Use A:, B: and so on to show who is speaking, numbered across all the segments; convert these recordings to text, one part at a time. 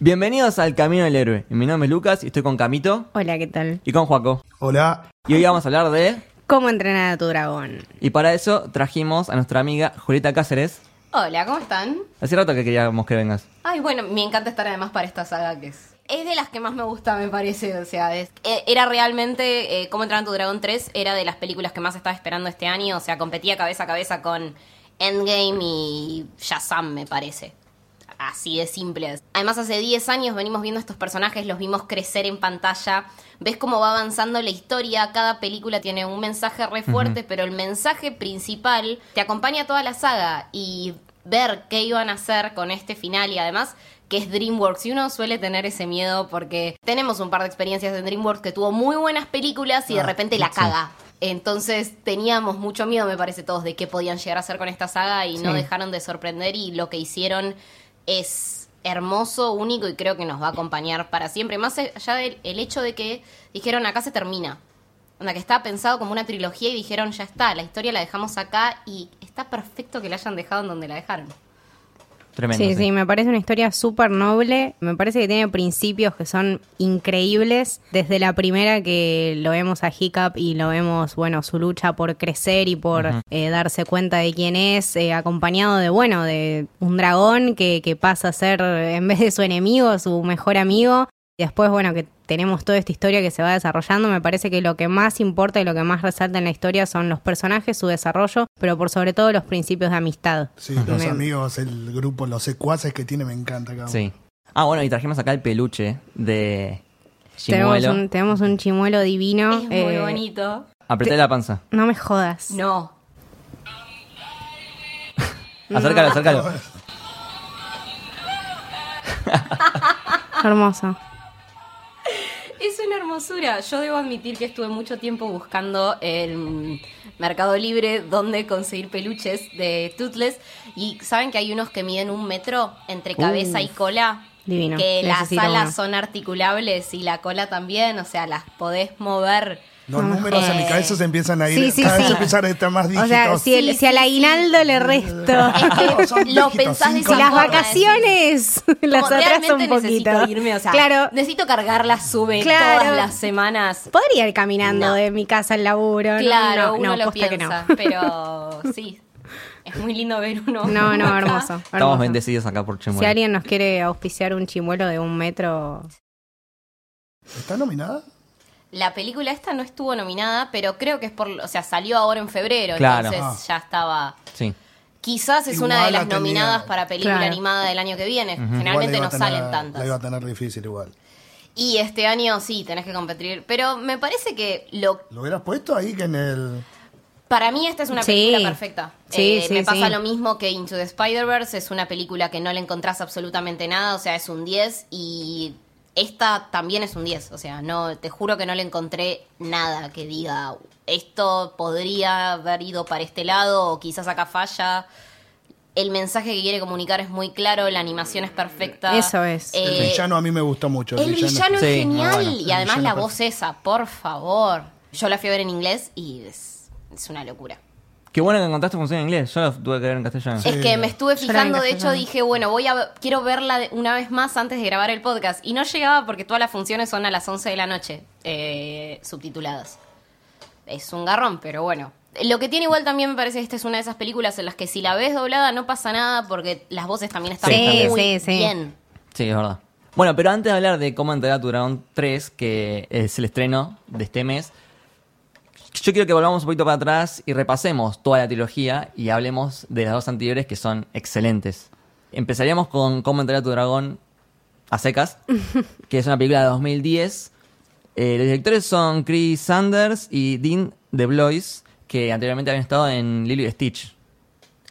A: Bienvenidos al Camino del Héroe. Mi nombre es Lucas y estoy con Camito
B: Hola, ¿qué tal?
A: y con Joaco.
C: Hola.
A: Y hoy vamos a hablar de...
B: ¿Cómo entrenar a tu dragón?
A: Y para eso trajimos a nuestra amiga Julieta Cáceres.
D: Hola, ¿cómo están?
A: Hace rato que queríamos que vengas.
D: Ay, bueno, me encanta estar además para esta saga que es... Es de las que más me gusta, me parece. O sea, es- eh, era realmente... Eh, Cómo entrenar a tu dragón 3 era de las películas que más estaba esperando este año. O sea, competía cabeza a cabeza con Endgame y Shazam, me parece. Así de simple. Además, hace 10 años venimos viendo estos personajes, los vimos crecer en pantalla. Ves cómo va avanzando la historia. Cada película tiene un mensaje re fuerte, pero el mensaje principal te acompaña a toda la saga. Y ver qué iban a hacer con este final y además que es DreamWorks y uno suele tener ese miedo porque tenemos un par de experiencias en DreamWorks que tuvo muy buenas películas y de repente la caga. Entonces teníamos mucho miedo, me parece, todos de qué podían llegar a hacer con esta saga y no
B: Sí.
D: dejaron de sorprender y lo que hicieron es hermoso, único y creo que nos va a acompañar para siempre. Más allá del el hecho de que dijeron acá se termina. Onda, que estaba pensado como una trilogía y dijeron ya está, la historia la dejamos acá y está perfecto que la hayan dejado en donde la dejaron.
A: Tremendo.
B: Sí, sí, me parece una historia súper noble. Me parece que tiene principios que son increíbles. Desde la primera que lo vemos a Hiccup y lo vemos, bueno, su lucha por crecer y por eh, darse cuenta de quién es, eh, acompañado de, bueno, de un dragón que, que pasa a ser, en vez de su enemigo, su mejor amigo. Y después, bueno, que tenemos toda esta historia que se va desarrollando, me parece que lo que más importa y lo que más resalta en la historia son los personajes, su desarrollo, pero por sobre todo los principios de amistad.
C: Sí, los
B: Me-
C: amigos, el grupo, los secuaces que tiene, me encanta. Cada uno.
A: Sí. Ah, bueno, y trajimos acá el peluche de
B: Tenemos
A: Chimuelo.
B: un, tenemos un chimuelo divino.
D: Es muy
B: eh,
D: bonito.
A: Apreté la panza.
B: No me jodas.
D: No.
A: Acércalo, acércalo.
B: Hermoso.
D: Es una hermosura. Yo debo admitir que estuve mucho tiempo buscando en Mercado Libre dónde conseguir peluches de Toothless. Y saben que hay unos que miden un metro entre cabeza y cola.
B: Divino.
D: Que
B: Necesito
D: las alas
B: uno.
D: son articulables y la cola también. O sea, las podés mover.
C: Los números en mi
D: Eh.
C: cabeza se empiezan a ir.
B: Sí, sí,
C: cada vez
B: sí.
C: empiezan a estar este más
B: O
C: dígitos.
B: sea, si, el-
D: Sí,
B: si al
D: sí,
B: aguinaldo le resto.
C: No, son
D: lo
C: dígitos,
D: pensás de
C: cinco.
D: esa
B: las
D: forma,
B: vacaciones. las
D: Como
B: otras
D: realmente
B: son poquito.
D: necesito irme, o sea,
B: claro.
D: necesito cargarlas, sube
B: Claro.
D: todas las semanas.
B: Podría ir caminando
D: No.
B: de mi casa al laburo. ¿no?
D: Claro,
B: no,
D: uno
B: no,
D: lo
B: posta que
D: piensa,
B: no.
D: pero sí. Es muy lindo ver uno.
B: No, no,
D: acá.
B: hermoso. hermoso.
A: Estamos bendecidos acá por Chimuelo.
B: Si alguien nos quiere auspiciar un chimuelo de un metro,
C: ¿Está nominada?
D: La película esta no estuvo nominada, pero creo que es por, o sea, salió ahora en febrero,
A: Claro.
D: entonces ya estaba.
A: Sí.
D: Quizás es
C: Igual
D: una de
C: la
D: las
C: tenía.
D: nominadas para película
B: Claro.
D: animada del año que viene.
C: Igual la
D: Generalmente
C: iba
D: no
C: a tener-
D: salen tantas.
C: La iba a tener difícil igual.
D: Y este año sí, tenés que competir. Pero me parece que lo
C: ¿Lo hubieras puesto ahí que en el.
D: Para mí esta es una
B: Sí.
D: película perfecta. Eh,
B: Sí, sí,
D: me pasa
B: sí.
D: lo mismo que Into the Spider-Verse, es una película que no le encontrás absolutamente nada, o sea, es un 10 y esta también es un 10, o sea, no te juro que no le encontré nada que diga esto podría haber ido para este lado o quizás acá falla. El mensaje que quiere comunicar es muy claro, la animación es perfecta.
B: Eso es.
D: Eh,
C: el villano a mí me gustó mucho.
D: el villano es
A: Sí, muy
D: genial.
A: bueno.
D: Y además
C: villano
D: la
C: es
D: voz esa, por favor. Yo la fui a ver en inglés y es, es una locura.
A: Qué bueno que encontraste función en inglés. Yo la tuve que ver en castellano.
C: Sí.
D: Es que me estuve
B: Yo la vi en
D: fijando, de hecho
B: castellano.
D: dije, bueno, voy a ver- quiero verla de- una vez más antes de grabar el podcast. Y no llegaba porque todas las funciones son a las 11 de la noche, eh, subtituladas. Es un garrón, pero bueno. Lo que tiene igual también me parece que esta es una de esas películas en las que si la ves doblada no pasa nada porque las voces también están
A: Sí,
D: muy
B: sí, sí.
D: bien.
A: Sí, es verdad. Bueno, pero antes de hablar de cómo entrenar a tu dragón 3, que es el estreno de este mes, yo quiero que volvamos un poquito para atrás y repasemos toda la trilogía y hablemos de las dos anteriores que son excelentes. Empezaríamos con Cómo entrenar a tu dragón a secas, que es una película de 2010. Eh, los directores son Chris Sanders y Dean DeBlois, que anteriormente habían estado en Lilo y Stitch.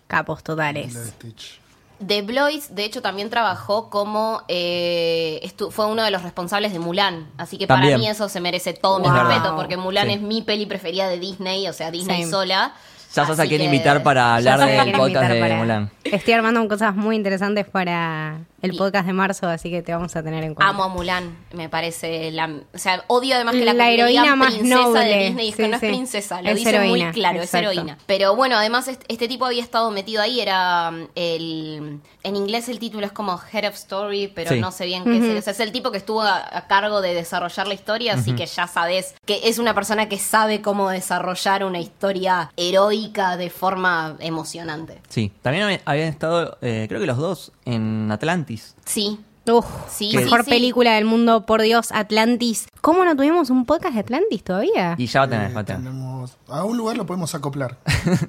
B: capos
C: perfecto. El de
B: totales.
C: Stitch.
D: De Blois, de hecho, también trabajó como. eh, estu- fue uno de los responsables de Mulan. Así que
A: También.
D: para mí eso se merece todo mi
B: Wow.
D: respeto, porque Mulan
A: Sí.
D: es mi peli preferida de Disney, o sea, Disney
B: Same.
D: sola.
A: Ya sabes a
D: Así
A: quién
D: que
A: invitar para
B: Ya
A: hablar
B: sé que
A: del
B: quieren
A: podcast
B: invitar
A: de
B: para-
A: Mulan.
B: Estoy armando cosas muy interesantes para el
D: Y-
B: podcast de marzo, así que te vamos a tener en cuenta.
D: Amo a Mulan, me parece. La, o sea, odio además que la,
B: La
D: le
B: heroína
D: digan
B: más
D: princesa de
B: noble.
D: Disney. Es que
B: Sí,
D: no es
B: sí.
D: princesa, lo
B: Es
D: dice
B: heroína,
D: muy claro,
B: exacto.
D: es heroína. Pero bueno, además est- este, tipo había estado metido ahí. Era mm, el. En inglés el título es como Head of Story, pero
A: Sí.
D: no sé bien qué es. O sea, es el tipo que estuvo a, a cargo de desarrollar la historia, así que ya sabes que es una persona que sabe cómo desarrollar una historia heroica de forma emocionante.
A: Sí, también hab- habían estado, eh, creo que los dos, en Atlantis.
D: Sí.
B: Uf,
D: Sí,
B: mejor
D: sí, sí.
B: película del mundo, por Dios, Atlantis. ¿Cómo no tuvimos un podcast de Atlantis todavía?
A: Y ya va a
C: Eh,
A: tener, va a tener.
C: tenemos- a un lugar lo podemos acoplar.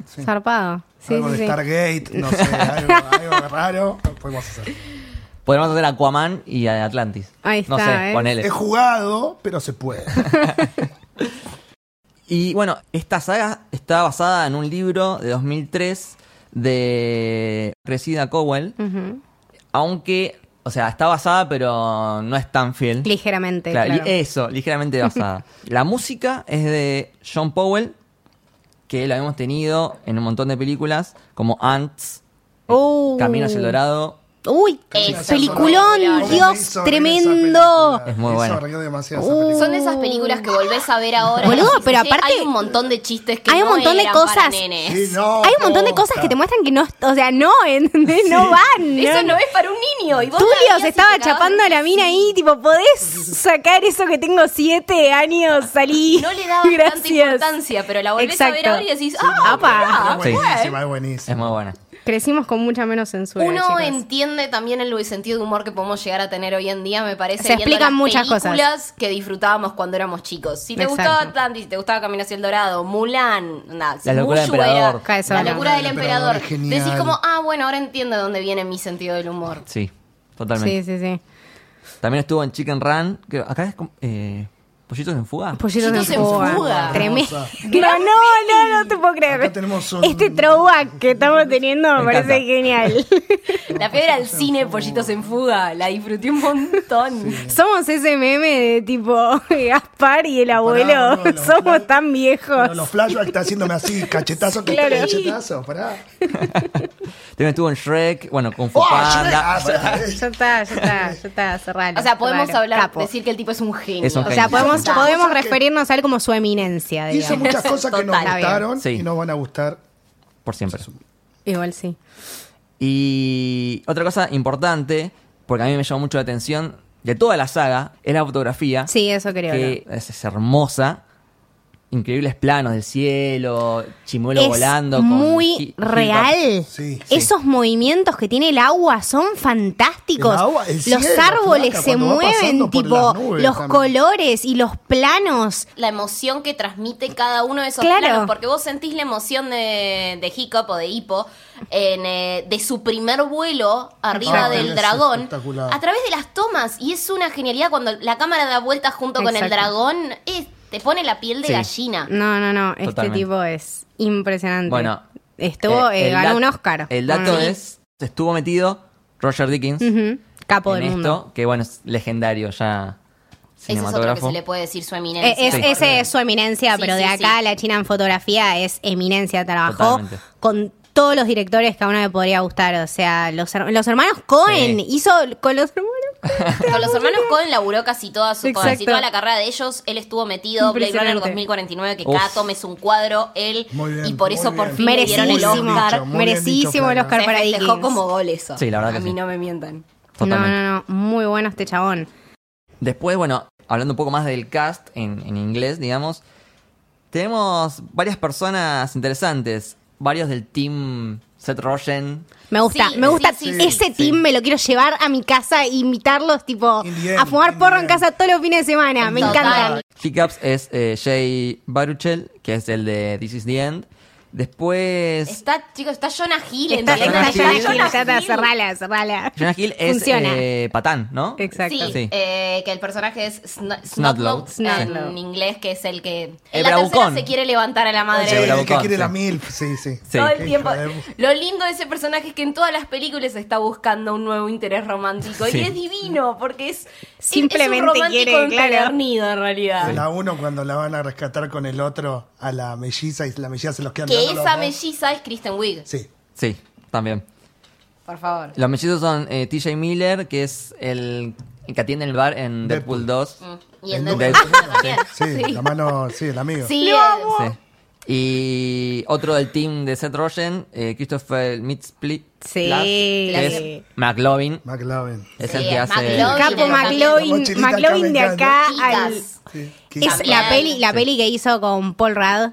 C: Sí.
B: Zarpado. Sí,
C: algo
B: sí,
C: de
B: sí.
C: Stargate, no sé, algo, algo raro lo podemos hacer.
A: Podemos hacer Aquaman y a Atlantis.
B: Ahí
A: No
B: está, ¿eh?
A: sé,
B: ¿ves?
A: ponele.
C: He jugado, pero se puede.
A: Y bueno, esta saga está basada en un libro de 2003 de Cressida Cowell,
B: Ujú.
A: aunque, o sea, está basada pero no es tan fiel.
B: Ligeramente,
A: Claro, eh, li-
B: claro.
A: Eso, ligeramente basada. la música es de John Powell, que lo hemos tenido en un montón de películas, como Ants,
B: Uh.
A: Camino hacia el Dorado.
B: Uy,
D: Eh,
B: peliculón,
D: Peliculón.
B: Dios, tremendo.
A: Es muy buena.
C: Eso demasiado
B: Uh,
C: esa película.
D: Son de esas películas que volvés a ver ahora.
B: Boludo,
D: Y decís,
B: pero
D: "Che,
B: aparte-
D: Hay un montón de chistes que.
B: hay un
D: no
B: montón de
D: eran para
B: cosas".
D: nenes.
C: Sí, no,
B: Hay un montón de
C: posta.
B: cosas que te muestran que no, o sea, no, ¿entendés? No van.
D: Eso no es para un niño. Y vos la
B: Tulio
D: veías
B: se
D: y
B: estaba
D: te cagabas
B: chapando
D: de
B: a la
D: risa.
B: mina ahí, tipo, ¿podés sacar eso que tengo siete años? Salí.
D: No le dabas tanta importancia, pero la volvés a ver
B: Exacto.
D: ahora y decís, ah,
B: Apa.
D: mirá,
A: Sí.
D: bueno".
C: Buenísima, es buenísima.
A: Es muy buena.
B: Crecimos con mucha menos censura.
D: Uno
B: chicos.
D: entiende también el sentido de humor que podemos llegar a tener hoy en día, me parece.
B: Se
D: viendo
B: explican
D: las
B: muchas cosas.
D: películas que disfrutábamos cuando éramos chicos. Si te
B: Exacto.
D: gustaba Atlantis, si te gustaba Camino hacia el Dorado, Mulan, nada,
A: La locura del
D: Mushu era-
A: emperador.
B: Cae
D: La
B: sola.
D: locura del
C: El emperador
D: emperador.
C: es genial.
D: Decís como, ah, bueno, ahora entiendo de dónde viene mi sentido del humor.
A: Sí,
B: Sí,
A: totalmente.
B: sí, sí.
A: También estuvo en Chicken Run. que acá es como, eh, Pollitos en Fuga.
B: Pollitos en
D: Pollitos en
B: fuga.
D: fuga.
B: Tremendo.
C: Hermosa.
B: No, no, no, no te puedo creer.
C: Acá tenemos un-
B: Este throwback que estamos teniendo me,
A: Me
B: parece
A: encanta.
B: genial.
D: La piedra al cine, pollitos en fuga. La disfruté un montón.
B: Somos ese meme de tipo Gaspar y el abuelo.
C: boludo, los
B: Somos
C: flash-
B: tan viejos.
C: No, los flashbacks está haciéndome así, cachetazo que
B: Claro.
C: cachetazo, pará.
A: También estuvo en Shrek, bueno, con
C: ¡Oh,
A: Fu Panda.
C: Shrek! Ah, o sea, es-
B: Ya está, ya está, ya está, cerralo.
D: O sea, podemos
B: cerralo.
D: hablar,
B: Capo.
D: decir que el tipo es un genio.
A: Es un
B: O sea, podemos,
D: Está.
B: podemos
C: Cosas que-
B: referirnos a él como su eminencia,
C: Hizo
B: digamos.
C: muchas cosas que nos
D: Total.
C: gustaron
A: Sí.
C: y nos van a gustar.
A: Por siempre.
B: Igual sí.
A: Y otra cosa importante, porque a mí me llamó mucho la atención de toda la saga, es la fotografía.
B: Sí, eso creo.
A: que es, es hermosa. Increíbles planos del cielo, chimuelo
B: es
A: volando. con hi-
B: muy
A: hi-
B: real.
C: Sí, sí.
B: Esos movimientos que tiene el agua son fantásticos.
C: El agua, el
B: los
C: cielo,
B: árboles
C: flaca,
B: se
C: cuando va
B: mueven,
C: pasando por
B: tipo,
C: las nubes
B: los
C: también.
B: colores y los planos.
D: la emoción que transmite cada uno de esos
B: Claro.
D: planos, porque vos sentís la emoción de, de Hiccup o de Hippo en, eh, de su primer vuelo arriba
C: Ah,
D: del
C: es
D: dragón
C: espectacular.
D: a través de las tomas y es una genialidad cuando la cámara da vueltas junto con el
B: Exacto.
D: dragón, es- te pone la piel de
A: Sí.
D: gallina.
B: No, no, no. Este
A: Totalmente.
B: tipo es impresionante.
A: Bueno,
B: Estuvo,
A: eh,
B: eh,
A: el
B: ganó
A: dat-
B: un Oscar.
A: El dato
B: Bueno.
A: es, estuvo metido Roger Dickens
B: Ujú. Capo
A: en
B: del
A: esto,
B: mundo.
A: que bueno, es legendario ya
D: Ese es otro que
A: cinematógrafo.
D: se le puede decir su
B: Eh,
D: eminencia.
B: es-
A: Sí.
B: Ese es su eminencia,
D: Sí,
B: pero de
D: sí,
B: acá
D: sí.
B: la China en fotografía es eminencia. Trabajó
A: Totalmente.
B: con todos los directores que a uno le podría gustar. O sea, los, her- los hermanos Cohen
A: Sí.
B: hizo con los hermanos Cohen.
D: Con los hermanos Cohen laburó casi toda su
B: Exacto.
D: casi toda la carrera de ellos. Él estuvo metido Blade Runner
B: Impresionante.
D: 2049, que
A: Uf.
D: cada tome es un cuadro, él
C: Muy bien,
D: y por
C: muy
D: eso por
C: bien.
D: fin le dieron el
B: Merecidísimo.
D: Oscar.
C: Muy bien dicho,
B: Merecidísimo el
C: Flavia.
B: Oscar para
D: se festejó
B: Dickens.
D: como gol eso.
A: Sí, la verdad que
D: A mí
A: sí.
D: no me mientan.
B: No,
A: Totalmente.
B: no, no. Muy bueno este chabón.
A: Después, bueno, hablando un poco más del cast en, en inglés, digamos, tenemos varias personas interesantes, varios del team Seth Rogen.
B: Me gusta,
D: Sí,
B: me gusta
D: sí, sí,
B: ese
C: sí.
B: team, me lo quiero llevar a mi casa e invitarlos, tipo,
C: In the end,
B: a fumar
C: in
B: porro
C: the
B: en
C: end.
B: casa todos los fines de semana. Me
D: Total.
B: encantan.
A: Hiccups es eh, Jay Baruchel, que es el de This is the End. Después,
D: Está, chicos, está Jonah Hill.
B: Está,
A: Jonah
D: ¿entendés?
B: está
A: Hill.
B: Jonah Hill, ya está,
D: Hill.
B: cerrala, cerrala.
A: Jonah Hill es
B: Funciona.
A: eh, Patán, ¿no?
B: Exacto.
D: Sí,
A: Sí.
D: eh, que el personaje es Sno-
A: Snotlow.
D: Snotlow
B: Snotlow.
D: en inglés, que es el que en
A: El
D: la
A: bravucón.
D: tercera se quiere levantar a la madre.
C: Sí,
A: El
C: el que
A: bravucón,
C: quiere
A: sí.
C: la MILF, sí, sí.
A: Sí.
D: Todo
C: Qué
D: el tiempo.
C: hijo de-
D: Lo lindo de ese personaje es que en todas las películas está buscando un nuevo interés romántico.
A: Sí.
D: Y es divino, porque es
B: Simplemente
D: es un romántico
B: quiere, claro.
D: empedernido, en realidad.
C: La uno cuando la van a rescatar con el otro a la melliza y la melliza se los queda
D: Que que
C: hablando
D: esa
C: los dos.
D: melliza es Kristen Wiig.
C: Sí.
A: Sí, también.
D: Por favor.
A: Los mellizos son eh, TJ Miller, que es el el que atiende el bar en Deadpool,
C: Deadpool.
A: 2.
D: Mm. Y el
A: No,
D: de
A: Deadpool.
D: también.
C: Sí, la mano, sí, el amigo.
D: Sí, el-
B: Oh.
A: Sí. Y otro del team de Seth Rogen, eh, Christopher Mitsplit.
B: Sí.
A: que es McLovin.
C: McLovin.
A: Es
D: Sí,
A: el
D: es
A: que hace.
D: McLovin.
B: Capo
D: También.
C: La
B: McLovin,
C: mochilita acá
B: McLovin
C: me
B: de acá
D: encanta.
B: al...
D: Chicas.
C: Sí.
B: Es
D: También.
B: la peli, la
A: Sí.
B: peli que hizo con Paul Rudd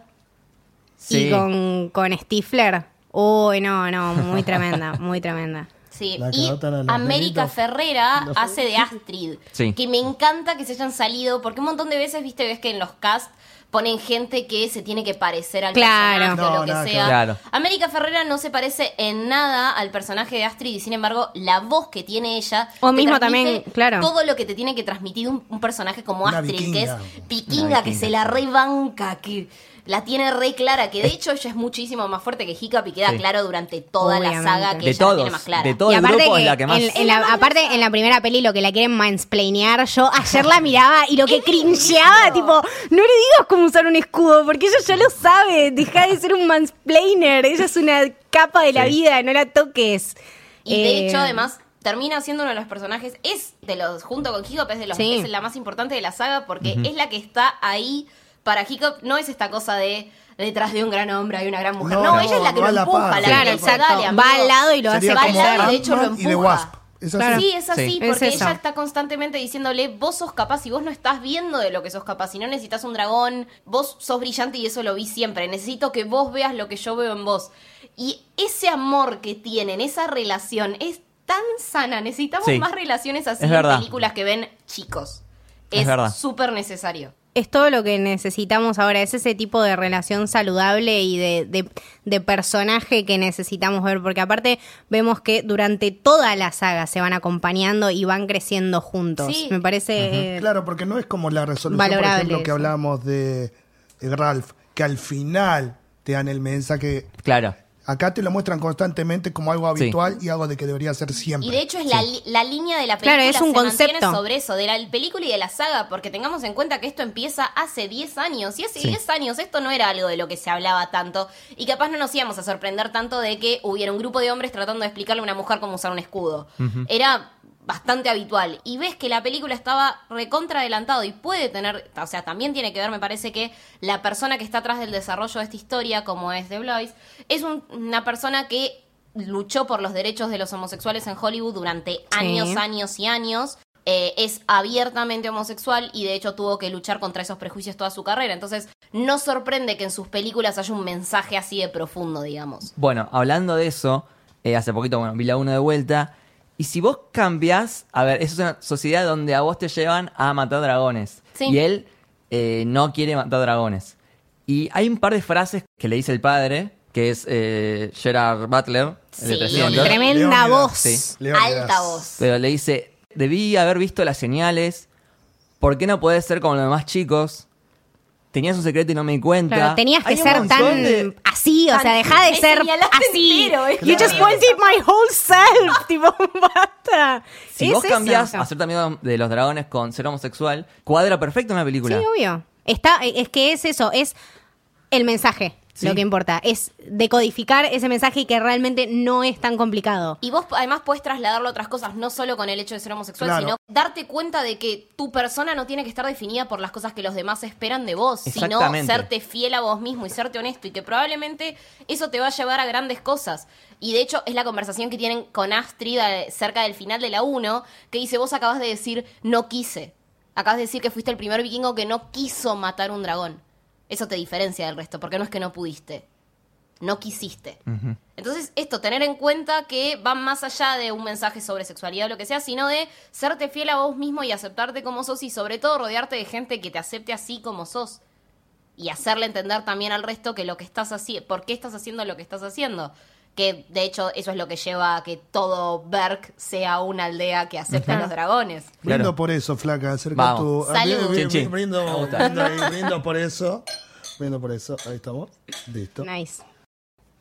A: Sí.
B: y con, con Stifler. Uy, no, no, muy tremenda, muy tremenda.
D: Sí,
C: La que
D: y
C: adoptan a los
D: América
C: nenitos.
D: Ferrera hace de Astrid.
A: Sí.
D: Que me encanta que se hayan salido, porque un montón de veces, viste, ves que en los cast ponen gente que se tiene que parecer al
B: Claro.
D: personaje o
C: No,
D: lo que
C: nada que
D: sea.
A: ver. Claro.
D: América Ferrera no se parece en nada al personaje de Astrid y sin embargo la voz que tiene ella
B: O
D: te
B: mismo
D: transmite
B: también, claro.
D: todo lo que te tiene que transmitir un, un personaje como
C: Una
D: Astrid, que
C: vikinga.
D: es vikinga, que
A: vikinga.
D: se la rebanca, que la tiene re clara, que de hecho ella es muchísimo más fuerte que Hiccup y queda
A: Sí.
D: claro durante toda
B: Obviamente.
D: la saga que
A: De
D: ella la tiene
A: todos.
D: más clara.
A: De todo
B: y
A: el
B: aparte
A: grupo
B: que
A: es la que más.
B: en- en la- aparte en la primera peli lo que la quieren mansplainear, yo ayer la miraba y lo que cringeaba, tipo, no le digas cómo usar un escudo, porque ella ya lo sabe, deja de ser un mansplainer, ella es una capa de la
A: Sí.
B: vida, no la toques.
D: Y de
B: Eh,
D: hecho, además, termina siendo uno de los personajes, es de los, junto con Hiccup, es de los
B: Sí.
D: es la más importante de la saga porque es la que está ahí para Hiccup, no es esta cosa de detrás de un gran hombre hay una gran mujer. No,
C: No,
D: ella es la que
C: va
D: lo
C: a la
D: empuja,
C: par.
D: la
B: Claro,
D: que dice,
B: exacto.
D: "Dale,
B: Va
D: amigo".
B: al lado y lo hace
C: Sería
D: Va al
C: como
D: lado y de hecho lo
C: Ant-Man
D: empuja.
C: y The Wasp. Es así.
B: Claro.
D: Sí, es así,
A: Sí.
D: porque
B: Es eso.
D: ella está constantemente diciéndole, vos sos capaz y vos no estás viendo de lo que sos capaz, y no necesitas un dragón, vos sos brillante y eso lo vi siempre, necesito que vos veas lo que yo veo en vos. Y ese amor que tienen, esa relación, es tan sana, necesitamos
A: Sí.
D: más relaciones así
A: Es
D: en
A: verdad.
D: películas que ven chicos.
A: Es verdad.
D: Es súper necesario.
B: es todo lo que necesitamos ahora, es ese tipo de relación saludable y de, de- de personaje que necesitamos ver, porque aparte vemos que durante toda la saga se van acompañando y van creciendo juntos.
D: Sí.
B: Me parece... eh,
C: Claro, porque no es como la resolución,
B: Valorable
C: por ejemplo, que
B: eso.
C: hablábamos de, de Ralph, que al final te dan el mensaje.
A: Claro.
C: Acá te lo muestran constantemente como algo
A: Sí.
C: habitual y algo de que debería ser siempre.
D: Y de hecho es la, li- la línea de la película.
B: Claro, es un
D: se mantiene
B: concepto.
D: sobre eso, de la película y de la saga, porque tengamos en cuenta que esto empieza hace 10 años. Y hace
A: Sí.
D: 10 años esto no era algo de lo que se hablaba tanto. Y capaz no nos íbamos a sorprender tanto de que hubiera un grupo de hombres tratando de explicarle a una mujer cómo usar un escudo. Era bastante habitual. Y ves que la película estaba recontra adelantado y puede tener, o sea, también tiene que ver, me parece que la persona que está atrás del desarrollo de esta historia, como es de Blois, es un- una persona que luchó por los derechos de los homosexuales en Hollywood durante años, años y años. Eh, es abiertamente homosexual y de hecho tuvo que luchar contra esos prejuicios toda su carrera. Entonces, no sorprende que en sus películas haya un mensaje así de profundo, digamos.
A: Bueno, hablando de eso, eh, hace poquito, bueno, vi la 1 de vuelta. Y si vos cambiás, a ver, eso es una sociedad donde a vos te llevan a matar dragones.
D: Sí.
A: Y él eh, no quiere matar dragones. Y hay un par de frases que le dice el padre, que es eh, Gerard Butler, el de
D: Sí.
A: 300.
C: Leónidas.
B: Tremenda
C: Leónidas.
B: voz.
A: Sí.
C: Leónidas.
D: Alta voz.
A: Pero le dice, debí haber visto las señales. ¿Por qué no podés ser como los demás chicos? Tenías un secreto y no me di cuenta.
B: claro, tenías que
A: Hay un
B: ser
A: montón
B: tan
A: de-
B: así, o
D: Tan-
B: sea, deja de
D: me
B: ser
D: señalaste
B: así.
D: entero, es
B: You just
D: terrible.
B: wanted my whole self, tipo, basta.
A: Si
B: Es
A: vos
B: eso.
A: cambiás a ser amigo de los dragones con ser homosexual, cuadra perfecto una
B: Sí,
A: película.
B: obvio. Está, es que es eso, es el mensaje
A: Sí.
B: lo que importa. Es decodificar ese mensaje que realmente no es tan complicado.
D: Y vos además puedes trasladarlo a otras cosas, no solo con el hecho de ser homosexual,
C: Claro.
D: sino darte cuenta de que tu persona no tiene que estar definida por las cosas que los demás esperan de vos, sino
A: Exactamente.
D: serte fiel a vos mismo y serte honesto y que probablemente eso te va a llevar a grandes cosas. Y de hecho es la conversación que tienen con Astrid eh, cerca del final de la 1, que dice, vos acabas de decir, no quise. Acabas de decir que fuiste el primer vikingo que no quiso matar un dragón. Eso te diferencia del resto, porque no es que no pudiste no quisiste. Entonces, esto, tener en cuenta que va más allá de un mensaje sobre sexualidad o lo que sea, sino de serte fiel a vos mismo y aceptarte como sos y sobre todo rodearte de gente que te acepte así como sos. Y hacerle entender también al resto que lo que estás haciendo, por qué estás haciendo lo que estás haciendo. Que de hecho eso es lo que lleva a que todo Berk sea una aldea que acepta a los dragones.
C: Brindo
A: Claro.
C: por eso, flaca. Acerca
A: Vamos.
C: tu. ah,
D: Salud.
C: brindo-
A: Chin, chin. Me
C: Brindo,
A: gusta.
C: brindo ahí, brindo por eso. Brindo por eso. Ahí estamos. Listo.
B: Nice.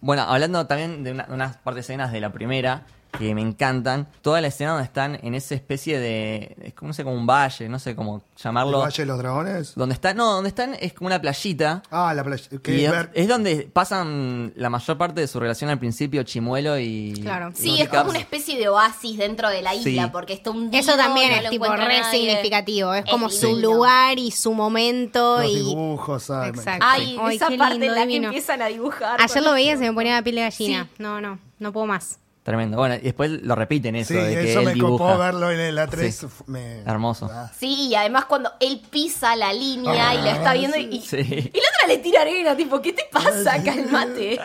A: Bueno, hablando también de, una- de unas partes escenas de la primera, que me encantan. Toda la escena donde están en esa especie de. Es como, no sé, como un valle, no sé cómo
C: ¿El
A: llamarlo.
C: Valle de los Dragones?
A: Donde están, no, donde están es como una playita.
C: Ah, la playa. que
A: y es,
C: ver-
A: es donde pasan la mayor parte de su relación al principio, Chimuelo y.
B: Claro.
A: y
D: Sí,
A: Don
D: es como
A: Caps.
D: una especie de oasis dentro de la
A: Sí.
D: isla, porque está un
B: Eso también es
D: lo
B: tipo
D: encuentra
B: re
D: nadie.
B: significativo. Es como
D: Es
B: su
D: divino.
B: lugar y su momento.
A: uh.
C: los
B: y
C: dibujos, ay, me-
B: Exacto.
D: Ay,
B: Ay,
D: esa
B: qué
D: parte
B: lindo,
D: en la que
B: divino.
D: empiezan a dibujar.
B: Ayer
D: con-
B: lo veía y se me ponía la piel de gallina. No, no, no puedo más.
A: Tremendo. Bueno, y después lo repiten eso
C: Ah, Sí,
A: de que
C: eso
A: él
C: me
A: dibuja.
C: copó verlo en el A3.
A: Sí.
C: me-
A: Hermoso.
C: Ah.
D: Sí, y además cuando él pisa la línea y la está viendo y,
A: Ah, Sí.
D: y la otra le tira arena, tipo, ¿qué te pasa? Calmate.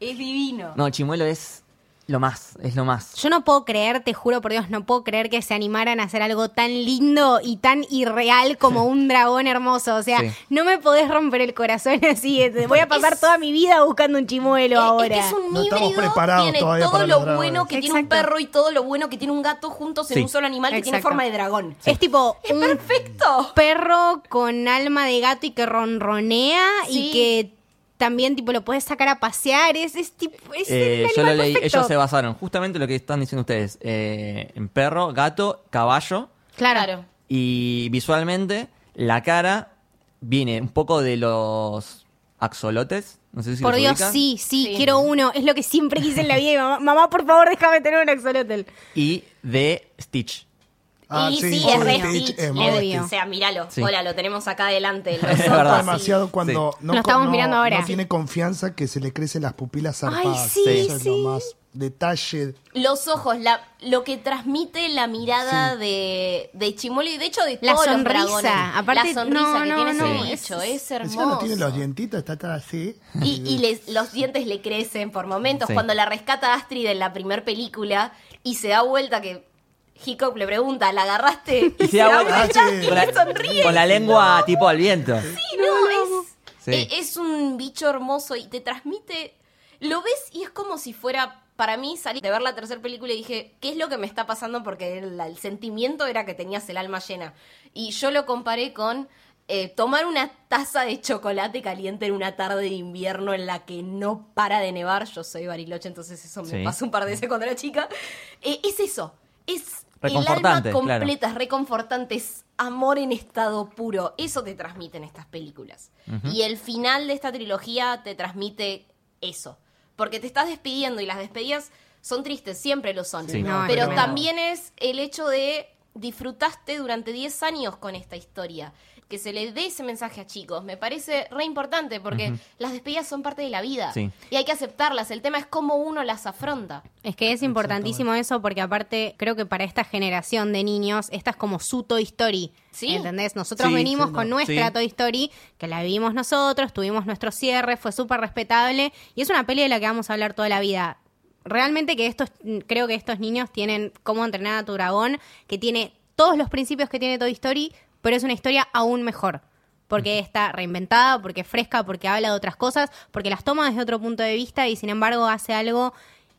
D: Es divino.
A: No, Chimuelo es lo más, es lo más.
B: Yo no puedo creer, te juro por Dios, no puedo creer que se animaran a hacer algo tan lindo y tan irreal como un dragón hermoso. O sea,
A: Sí.
B: no me podés romper el corazón así. eh, Te Voy a pasar toda mi vida buscando un chimuelo
D: Es-
B: ahora.
D: Es, que es un
C: No
D: híbrido,
C: estamos preparados
D: tiene
C: todavía
D: todo
C: para
D: lo
C: los dragones.
D: bueno que tiene un
B: Exacto.
D: perro y todo lo bueno que tiene un gato juntos en
A: Sí.
D: un solo animal que tiene
B: Exacto.
D: forma de dragón.
B: Es tipo
D: Es
B: un
D: perfecto.
B: perro con alma de gato y que ronronea
D: Sí.
B: y que también tipo lo puedes sacar a pasear. Es, es tipo es
A: Eh,
B: el
A: yo lo
B: animal
A: leí,
B: perfecto.
A: ellos se basaron justamente en lo que están diciendo ustedes. eh, en perro, gato, caballo
B: Claro.
A: y visualmente la cara viene un poco de los axolotes. No sé si
B: Por
A: los
B: Dios,
A: ubican,
B: sí, sí,
D: Sí.
B: quiero uno. Es lo que siempre quise en la vida. Y mamá, mamá, por favor, déjame tener un axolotl.
A: Y de Stitch.
C: Ah,
D: y sí,
C: Obvio,
D: es re
C: Stitch,
D: Stitch,
C: es
D: es
C: muy
D: re-
B: Stitch.
D: O sea, míralo.
A: Sí.
D: Hola, lo tenemos acá adelante. Los
A: Es
D: ojos
A: verdad.
D: así.
C: demasiado cuando no,
B: Lo estamos
C: no-
B: mirando ahora.
C: no tiene confianza que se le crecen las pupilas zarpadas.
B: sí,
C: Eso es lo
B: sí.
C: más detalle.
D: Los ojos, la, lo que transmite la mirada de, de Chimuelo y de hecho de
B: La
D: todos
B: sonrisa.
D: Oh, los dragones.
B: Aparte,
D: la sonrisa
B: no,
D: que
B: no,
D: tiene
B: no,
D: ese
B: es-
D: bicho es
C: Encima
D: hermoso.
C: no tiene los dientitos, está todo así.
D: Y, y les- los dientes le crecen por momentos.
A: Sí.
D: Cuando la rescata Astrid en la primera película y se da vuelta que Hiccup le pregunta, ¿la agarraste? Y, se da vuelta
A: Ah,
C: sí.
D: y le sonríe.
A: con la lengua tipo al viento.
D: Sí, no, es,
A: Sí.
D: e- es un bicho hermoso y te transmite... Lo ves y es como si fuera... Para mí salí de ver la tercera película y dije, ¿qué es lo que me está pasando? Porque el, el sentimiento era que tenías el alma llena. Y yo lo comparé con eh, tomar una taza de chocolate caliente en una tarde de invierno en la que no para de nevar. Yo soy bariloche, entonces eso me
A: Sí.
D: pasó un par de veces cuando era chica. Eh, es eso, es el alma
A: Reconfortante, claro.
D: completa es reconfortante, es amor en estado puro. Eso te transmiten estas películas. Y el final de esta trilogía te transmite eso. Porque te estás despidiendo y las despedidas son tristes, siempre lo son.
A: Sí.
B: No, es
D: pero
B: tremendo.
D: también es el hecho de disfrutaste durante 10 años con esta historia. Que se le dé ese mensaje a chicos. Me parece re importante porque las despedidas son parte de la vida.
A: Sí.
D: Y hay que aceptarlas. El tema es cómo uno las afronta.
B: Es que es importantísimo eso porque aparte creo que para esta generación de niños esta es como su Toy Story.
D: Sí.
B: ¿Entendés? Nosotros
A: Sí,
B: venimos
A: sí,
B: con
A: no,
B: nuestra
A: sí.
B: Toy Story, que la vivimos nosotros, tuvimos nuestro cierre, fue súper respetable y es una peli de la que vamos a hablar toda la vida. Realmente que estos, creo que estos niños tienen cómo entrenar a tu dragón, que tiene todos los principios que tiene Toy Story, pero es una historia aún mejor. Porque está reinventada, porque es fresca, porque habla de otras cosas, porque las toma desde otro punto de vista y sin embargo hace algo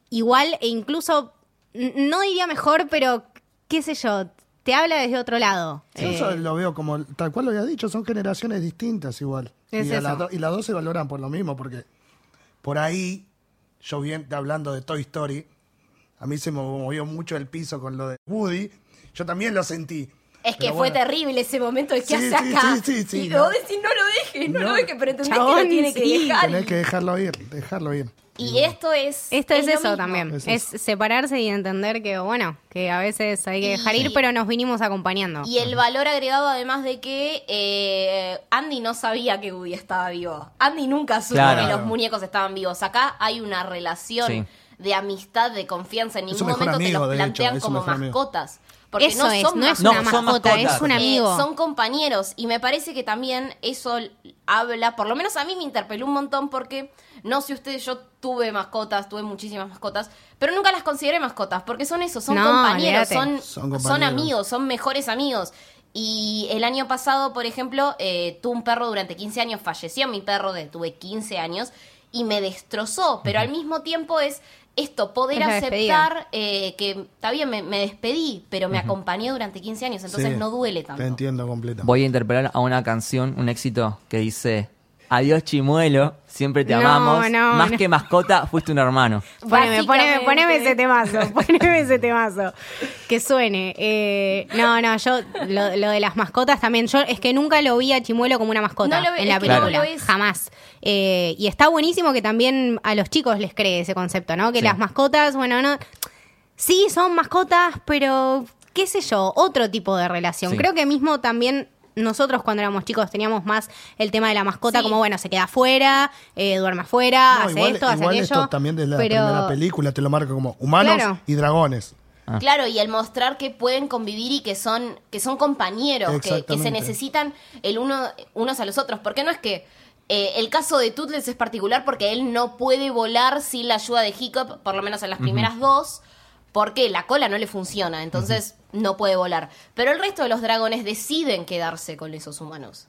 B: igual e incluso, n- no diría mejor, pero qué sé yo, te habla desde otro lado.
C: Yo
B: Eh,
C: eso lo veo como, tal cual lo había dicho, son generaciones distintas igual.
B: Es
C: y, a las
B: eso.
C: do- y las dos se valoran por lo mismo, porque por ahí, yo bien hablando de Toy Story, a mí se me movió mucho el piso con lo de Woody, yo también lo sentí.
D: Es que
C: Pero
D: fue
C: bueno,
D: terrible ese momento de que
C: Sí,
D: hace
C: sí,
D: acá.
C: sí, sí, sí,
D: y
C: no.
D: vos decís, no lo dejes, no, lo
C: No.
D: dejes, pero entendés que
B: Chabón,
D: lo tiene que
B: sí.
D: dejar.
C: Tenés que dejarlo ir, dejarlo ir.
D: Y esto es.
B: Esto es,
D: lo
B: eso
D: mismo.
B: también,
C: Es
B: es,
C: eso.
B: separarse y entender que, bueno, que a veces hay que
D: Y-
B: dejar ir, pero nos vinimos acompañando.
D: Y el valor agregado, además de que eh, Andy no sabía que Woody estaba vivo. Andy nunca supo
A: Claro.
D: que los muñecos estaban vivos. Acá hay una relación
A: Sí.
D: de amistad, de confianza. En
C: Es
D: ningún
C: un mejor
D: momento
C: amigo,
D: te los
C: de
D: plantean
C: hecho, es un
D: como
C: mejor amigo.
D: mascotas. Porque
B: eso
D: no
B: es,
D: son
B: no es
A: No,
B: una
A: son
B: mascota,
A: mascotas.
B: es un
D: Eh,
B: amigo.
D: son compañeros y me parece que también eso l- habla, por lo menos a mí me interpeló un montón porque no sé ustedes, yo tuve mascotas, tuve muchísimas mascotas, pero nunca las consideré mascotas porque son eso, son
B: No,
D: compañeros,
B: olvídate.
D: son,
C: Son
D: son,
C: compañeros.
D: amigos, son mejores amigos. Y el año pasado, por ejemplo, eh, tuve un perro durante 15 años, falleció mi perro, de, tuve 15 años y me destrozó, pero al mismo tiempo es esto, poder
B: Es la despedida.
D: aceptar eh, que está bien, me, me despedí, pero me acompañó durante 15 años, entonces
C: Sí,
D: no duele tanto.
C: Te entiendo completamente.
A: Voy a interpelar a una canción, un éxito que dice Adiós, chimuelo. Siempre te
B: No,
A: amamos.
B: no,
A: Más
B: no.
A: que mascota, fuiste un hermano.
B: Poneme, poneme,
D: Básicamente.
B: poneme ese temazo, poneme ese temazo. Que suene. Eh, no, no, yo lo, lo de las mascotas también. Yo es que nunca lo vi a Chimuelo como una mascota
D: No lo ve-
B: en la
D: es que no
B: película.
D: lo es.
B: Jamás. Eh, y está buenísimo que también a los chicos les cree ese concepto, ¿no? Que
A: Sí.
B: las mascotas, bueno, no. Sí, son mascotas, pero qué sé yo, otro tipo de relación.
A: Sí.
B: Creo que mismo también. Nosotros cuando éramos chicos teníamos más el tema de la mascota,
D: Sí.
B: como bueno, se queda afuera, eh, duerme afuera,
C: No,
B: hace
C: igual
B: esto, hace
C: igual
B: aquello.
C: esto también de la
B: pero-
C: primera película te lo marca como humanos
B: Claro.
C: y dragones.
A: Ah.
D: Claro, y el mostrar que pueden convivir y que son, que son compañeros, que, que se
C: Exactamente.
D: necesitan el uno, unos a los otros. Porque no es que eh, el caso de Tootles es particular porque él no puede volar sin la ayuda de Hiccup, por lo menos en las primeras dos, porque la cola no le funciona, entonces no puede volar. Pero el resto de los dragones deciden quedarse con esos humanos.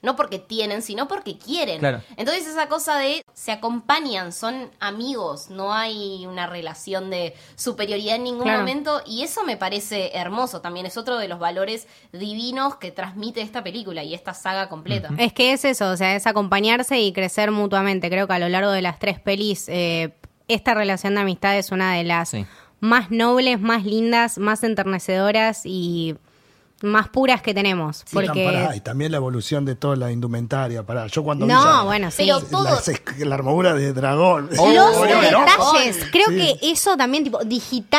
D: No porque tienen, sino porque quieren.
A: Claro.
D: Entonces esa cosa de se acompañan, son amigos, no hay una relación de superioridad en ningún
B: Claro.
D: momento y eso me parece hermoso, también es otro de los valores divinos que transmite esta película y esta saga completa.
B: Es que es eso, o sea, es acompañarse y crecer mutuamente. Creo que a lo largo de las tres pelis, eh, esta relación de amistad es una de las
A: Sí.
B: más nobles, más lindas, más enternecedoras y más puras que tenemos.
C: Sí, tan pará, y
B: porque.
C: también la evolución de toda la indumentaria. Pará, yo cuando vi
B: No,
C: esa-
B: bueno, sí.
D: Pero
C: la-
D: todo-
C: esa es- la, armadura de dragón.
A: Oh,
B: los
A: oh,
D: bueno,
B: detalles,
D: oh.
B: creo
C: Sí.
B: que eso también, tipo,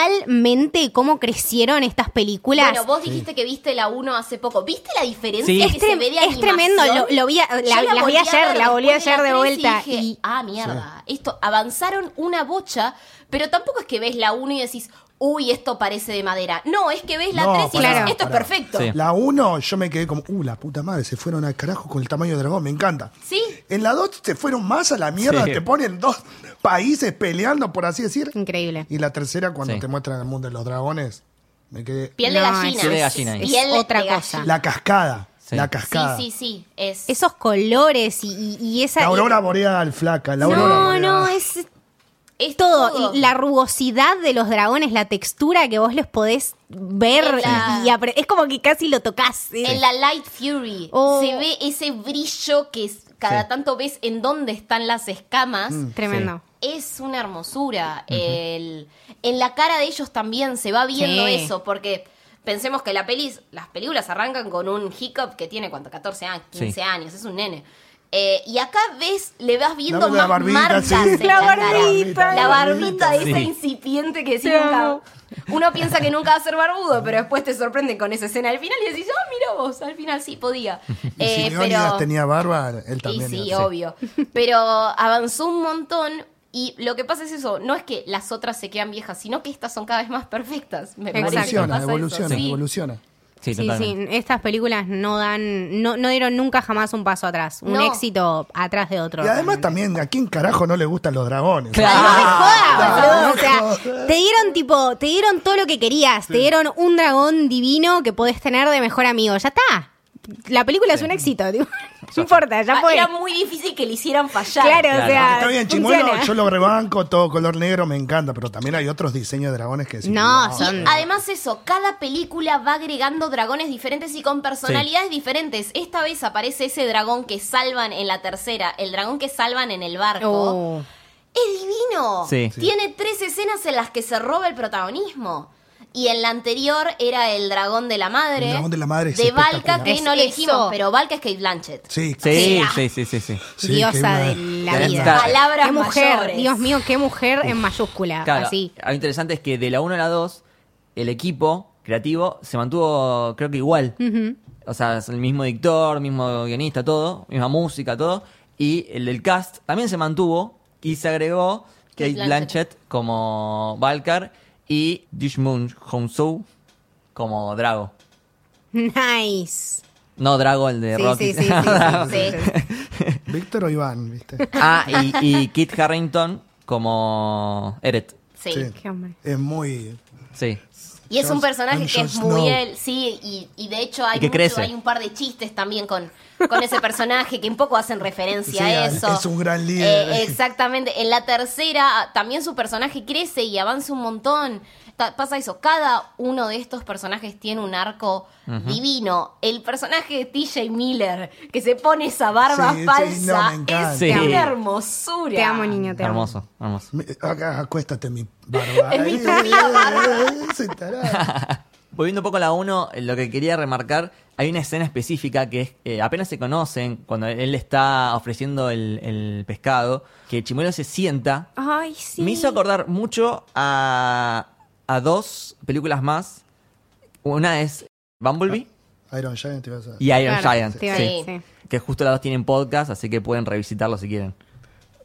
B: digitalmente, cómo crecieron estas películas.
D: Bueno, vos dijiste que viste la 1 hace poco. ¿Viste la diferencia
A: Sí.
D: que
A: Es
D: se
B: trem-
D: ve de
B: es
D: animación?
B: tremendo, lo- lo vi a-
D: Yo
B: la- las vi
D: volví a
B: ayer,
D: ver
B: la volví
D: después
B: ayer de
D: la 3
B: vuelta
D: dije,
B: y-
D: ah, mierda, esto avanzaron una bocha, pero tampoco es que ves la 1 y decís, "Uy, esto parece de madera." No, es que ves la
C: No,
D: 3 y
C: pará,
D: decís, "Esto
C: pará.
D: es perfecto."
A: Sí.
C: La 1 yo me quedé como, uh, la puta madre, se fueron al carajo con el tamaño de dragón, me encanta.
D: Sí.
C: En la 2 se fueron más a la mierda,
A: Sí.
C: te ponen dos países peleando, por así decir.
B: Increíble.
C: Y la tercera, cuando
A: Sí.
C: te muestran el mundo de los dragones, me quedé...
D: Piel de
B: No,
D: gallina.
B: es-
A: Piel de gallina,
D: Es,
A: ahí.
D: piel
B: Es otra
D: de gallina.
B: cosa.
C: La cascada,
A: Sí.
C: la
A: Sí,
C: cascada.
D: Sí, sí, sí, es
B: Esos colores y, y- y esa.
C: La aurora boreal, flaca, la aurora
B: No,
C: boreal.
B: no, es
D: es
B: todo,
D: todo.
B: y la rugosidad de los dragones, la textura que vos les podés ver
D: En la-
B: y, y apre- es como que casi lo tocás. ¿eh? es-
D: En la Light Fury
B: Oh.
D: se ve ese brillo que es- cada
A: Sí.
D: tanto ves en dónde están las escamas.
B: Mm. Tremendo.
D: Es una hermosura. El- en la cara de ellos también se va viendo
B: Sí.
D: eso, porque pensemos que la pelis, las películas arrancan con un hiccup que tiene, ¿cuánto? 14 años, 15
A: Sí.
D: años, es un nene. Eh, y acá ves, le vas viendo
C: Dame la
D: más
C: barbita,
D: marcas.
C: sí.
D: en
B: La
D: cara.
B: barbita,
D: La
C: la
D: barbita
C: barbita.
D: esa
A: Sí.
D: incipiente que sí
B: Te
D: nunca.
B: amo.
D: Uno piensa que nunca va a ser barbudo, pero después te sorprenden con esa escena al final y decís, oh, mira vos, al final sí podía.
C: Y si
D: Eh,
C: Leónidas tenía barba, él
D: y
C: también.
D: sí,
C: era así.
D: obvio. Pero avanzó un montón y lo que pasa es eso, no es que las otras se quedan viejas, sino que estas son cada vez más perfectas. Me parece que
C: Evoluciona,
D: pasa eso,
C: evoluciona,
D: sí.
C: evoluciona.
A: Sí,
B: Sí,
A: totalmente.
B: sí, estas películas no dan, no, no dieron nunca jamás un paso atrás, un
D: No.
B: éxito atrás de otro.
C: Y además también, ¿a quién carajo no le gustan los dragones? Ah,
A: Claro.
B: No me jodas, boludo,
C: no
B: o sea,
C: jodas.
B: te dieron tipo, te dieron todo lo que querías, te dieron un dragón divino que podés tener de mejor amigo, ya está. La película es un éxito, tipo, no importa, ya
D: Ah,
B: fue.
D: Era muy difícil que le hicieran fallar.
B: Claro, o
A: Claro.
B: sea,
C: Está bien,
B: funciona.
C: chimuelo, yo lo rebanco, todo color negro, me encanta, pero también hay otros diseños de dragones que sí.
B: No, son-
D: Además eso, cada película va agregando dragones diferentes y con personalidades diferentes. Esta vez aparece ese dragón que salvan en la tercera, el dragón que salvan en el barco.
B: Oh.
D: Es divino.
A: Sí. Sí.
D: Tiene tres escenas en las que se roba el protagonismo. Y en la anterior era el dragón de la madre.
C: El dragón de la madre es
D: De Valka,
C: espectacular.
D: que
B: Es
D: no le
B: eso.
D: dijimos, pero Valka es Kate Blanchett.
C: Sí,
A: Sí, sí, sí, sí, sí.
C: sí, que
B: diosa
C: una-
B: de la
A: Tremenda.
B: vida.
D: Palabras
B: qué mujer,
D: mayores.
B: Dios mío, qué mujer en mayúscula,
A: Claro,
B: así.
A: Lo interesante es que de la 1 a la 2, el equipo creativo se mantuvo, creo que igual. O sea, es el mismo editor, mismo guionista, todo, misma música, todo. Y el del cast también se mantuvo y se agregó Kate
D: Kate
A: Blanchett,
D: Blanchett
A: como Valkar y Dishmun Hounsou como Drago.
B: Nice.
A: No, Drago, el de
B: Sí,
A: Rocky.
B: sí, sí, sí, sí,
D: Sí.
B: sí, sí.
C: Víctor o Iván, ¿viste?
A: ah, y, y Kit Harrington como Eret.
D: Sí.
C: Sí.
B: Qué hombre.
C: Es muy.
A: Sí.
D: Y es un
C: Jon-
D: personaje
C: Jon
D: que es
C: Snow.
D: muy él, sí, y, y de hecho hay,
A: Y que
D: mucho-
A: crece.
D: hay un par de chistes también con, con ese personaje que un poco hacen referencia
C: Sí,
D: a
C: al-
D: eso.
C: es un gran líder.
D: Eh, exactamente. En la tercera también su personaje crece y avanza un montón. ta- pasa eso. Cada uno de estos personajes tiene un arco divino. El personaje de TJ Miller, que se pone esa barba
C: Sí, sí, no,
D: falsa,
C: me encanta.
D: es
A: Sí.
D: una hermosura.
B: Te amo, niño, te amo.
A: Hermoso, hermoso.
C: Mi- Acá, acuéstate, mi barba.
D: Es mi
C: Ay,
D: propia
C: ay,
D: barba.
C: ay, ese tarado.
A: Volviendo un poco a la 1, lo que quería remarcar, hay una escena específica que es, eh, apenas se conocen, cuando él le está ofreciendo el, el pescado, que Chimuelo se sienta.
B: Ay, sí.
A: Me hizo acordar mucho a, a dos películas más. Una es Bumblebee
C: Iron Giant te ibas a...
A: y Iron
B: Claro,
A: Giant.
B: te iba a
A: sí.
B: decir, sí.
A: Que justo las dos tienen podcast, así que pueden revisitarlo si quieren.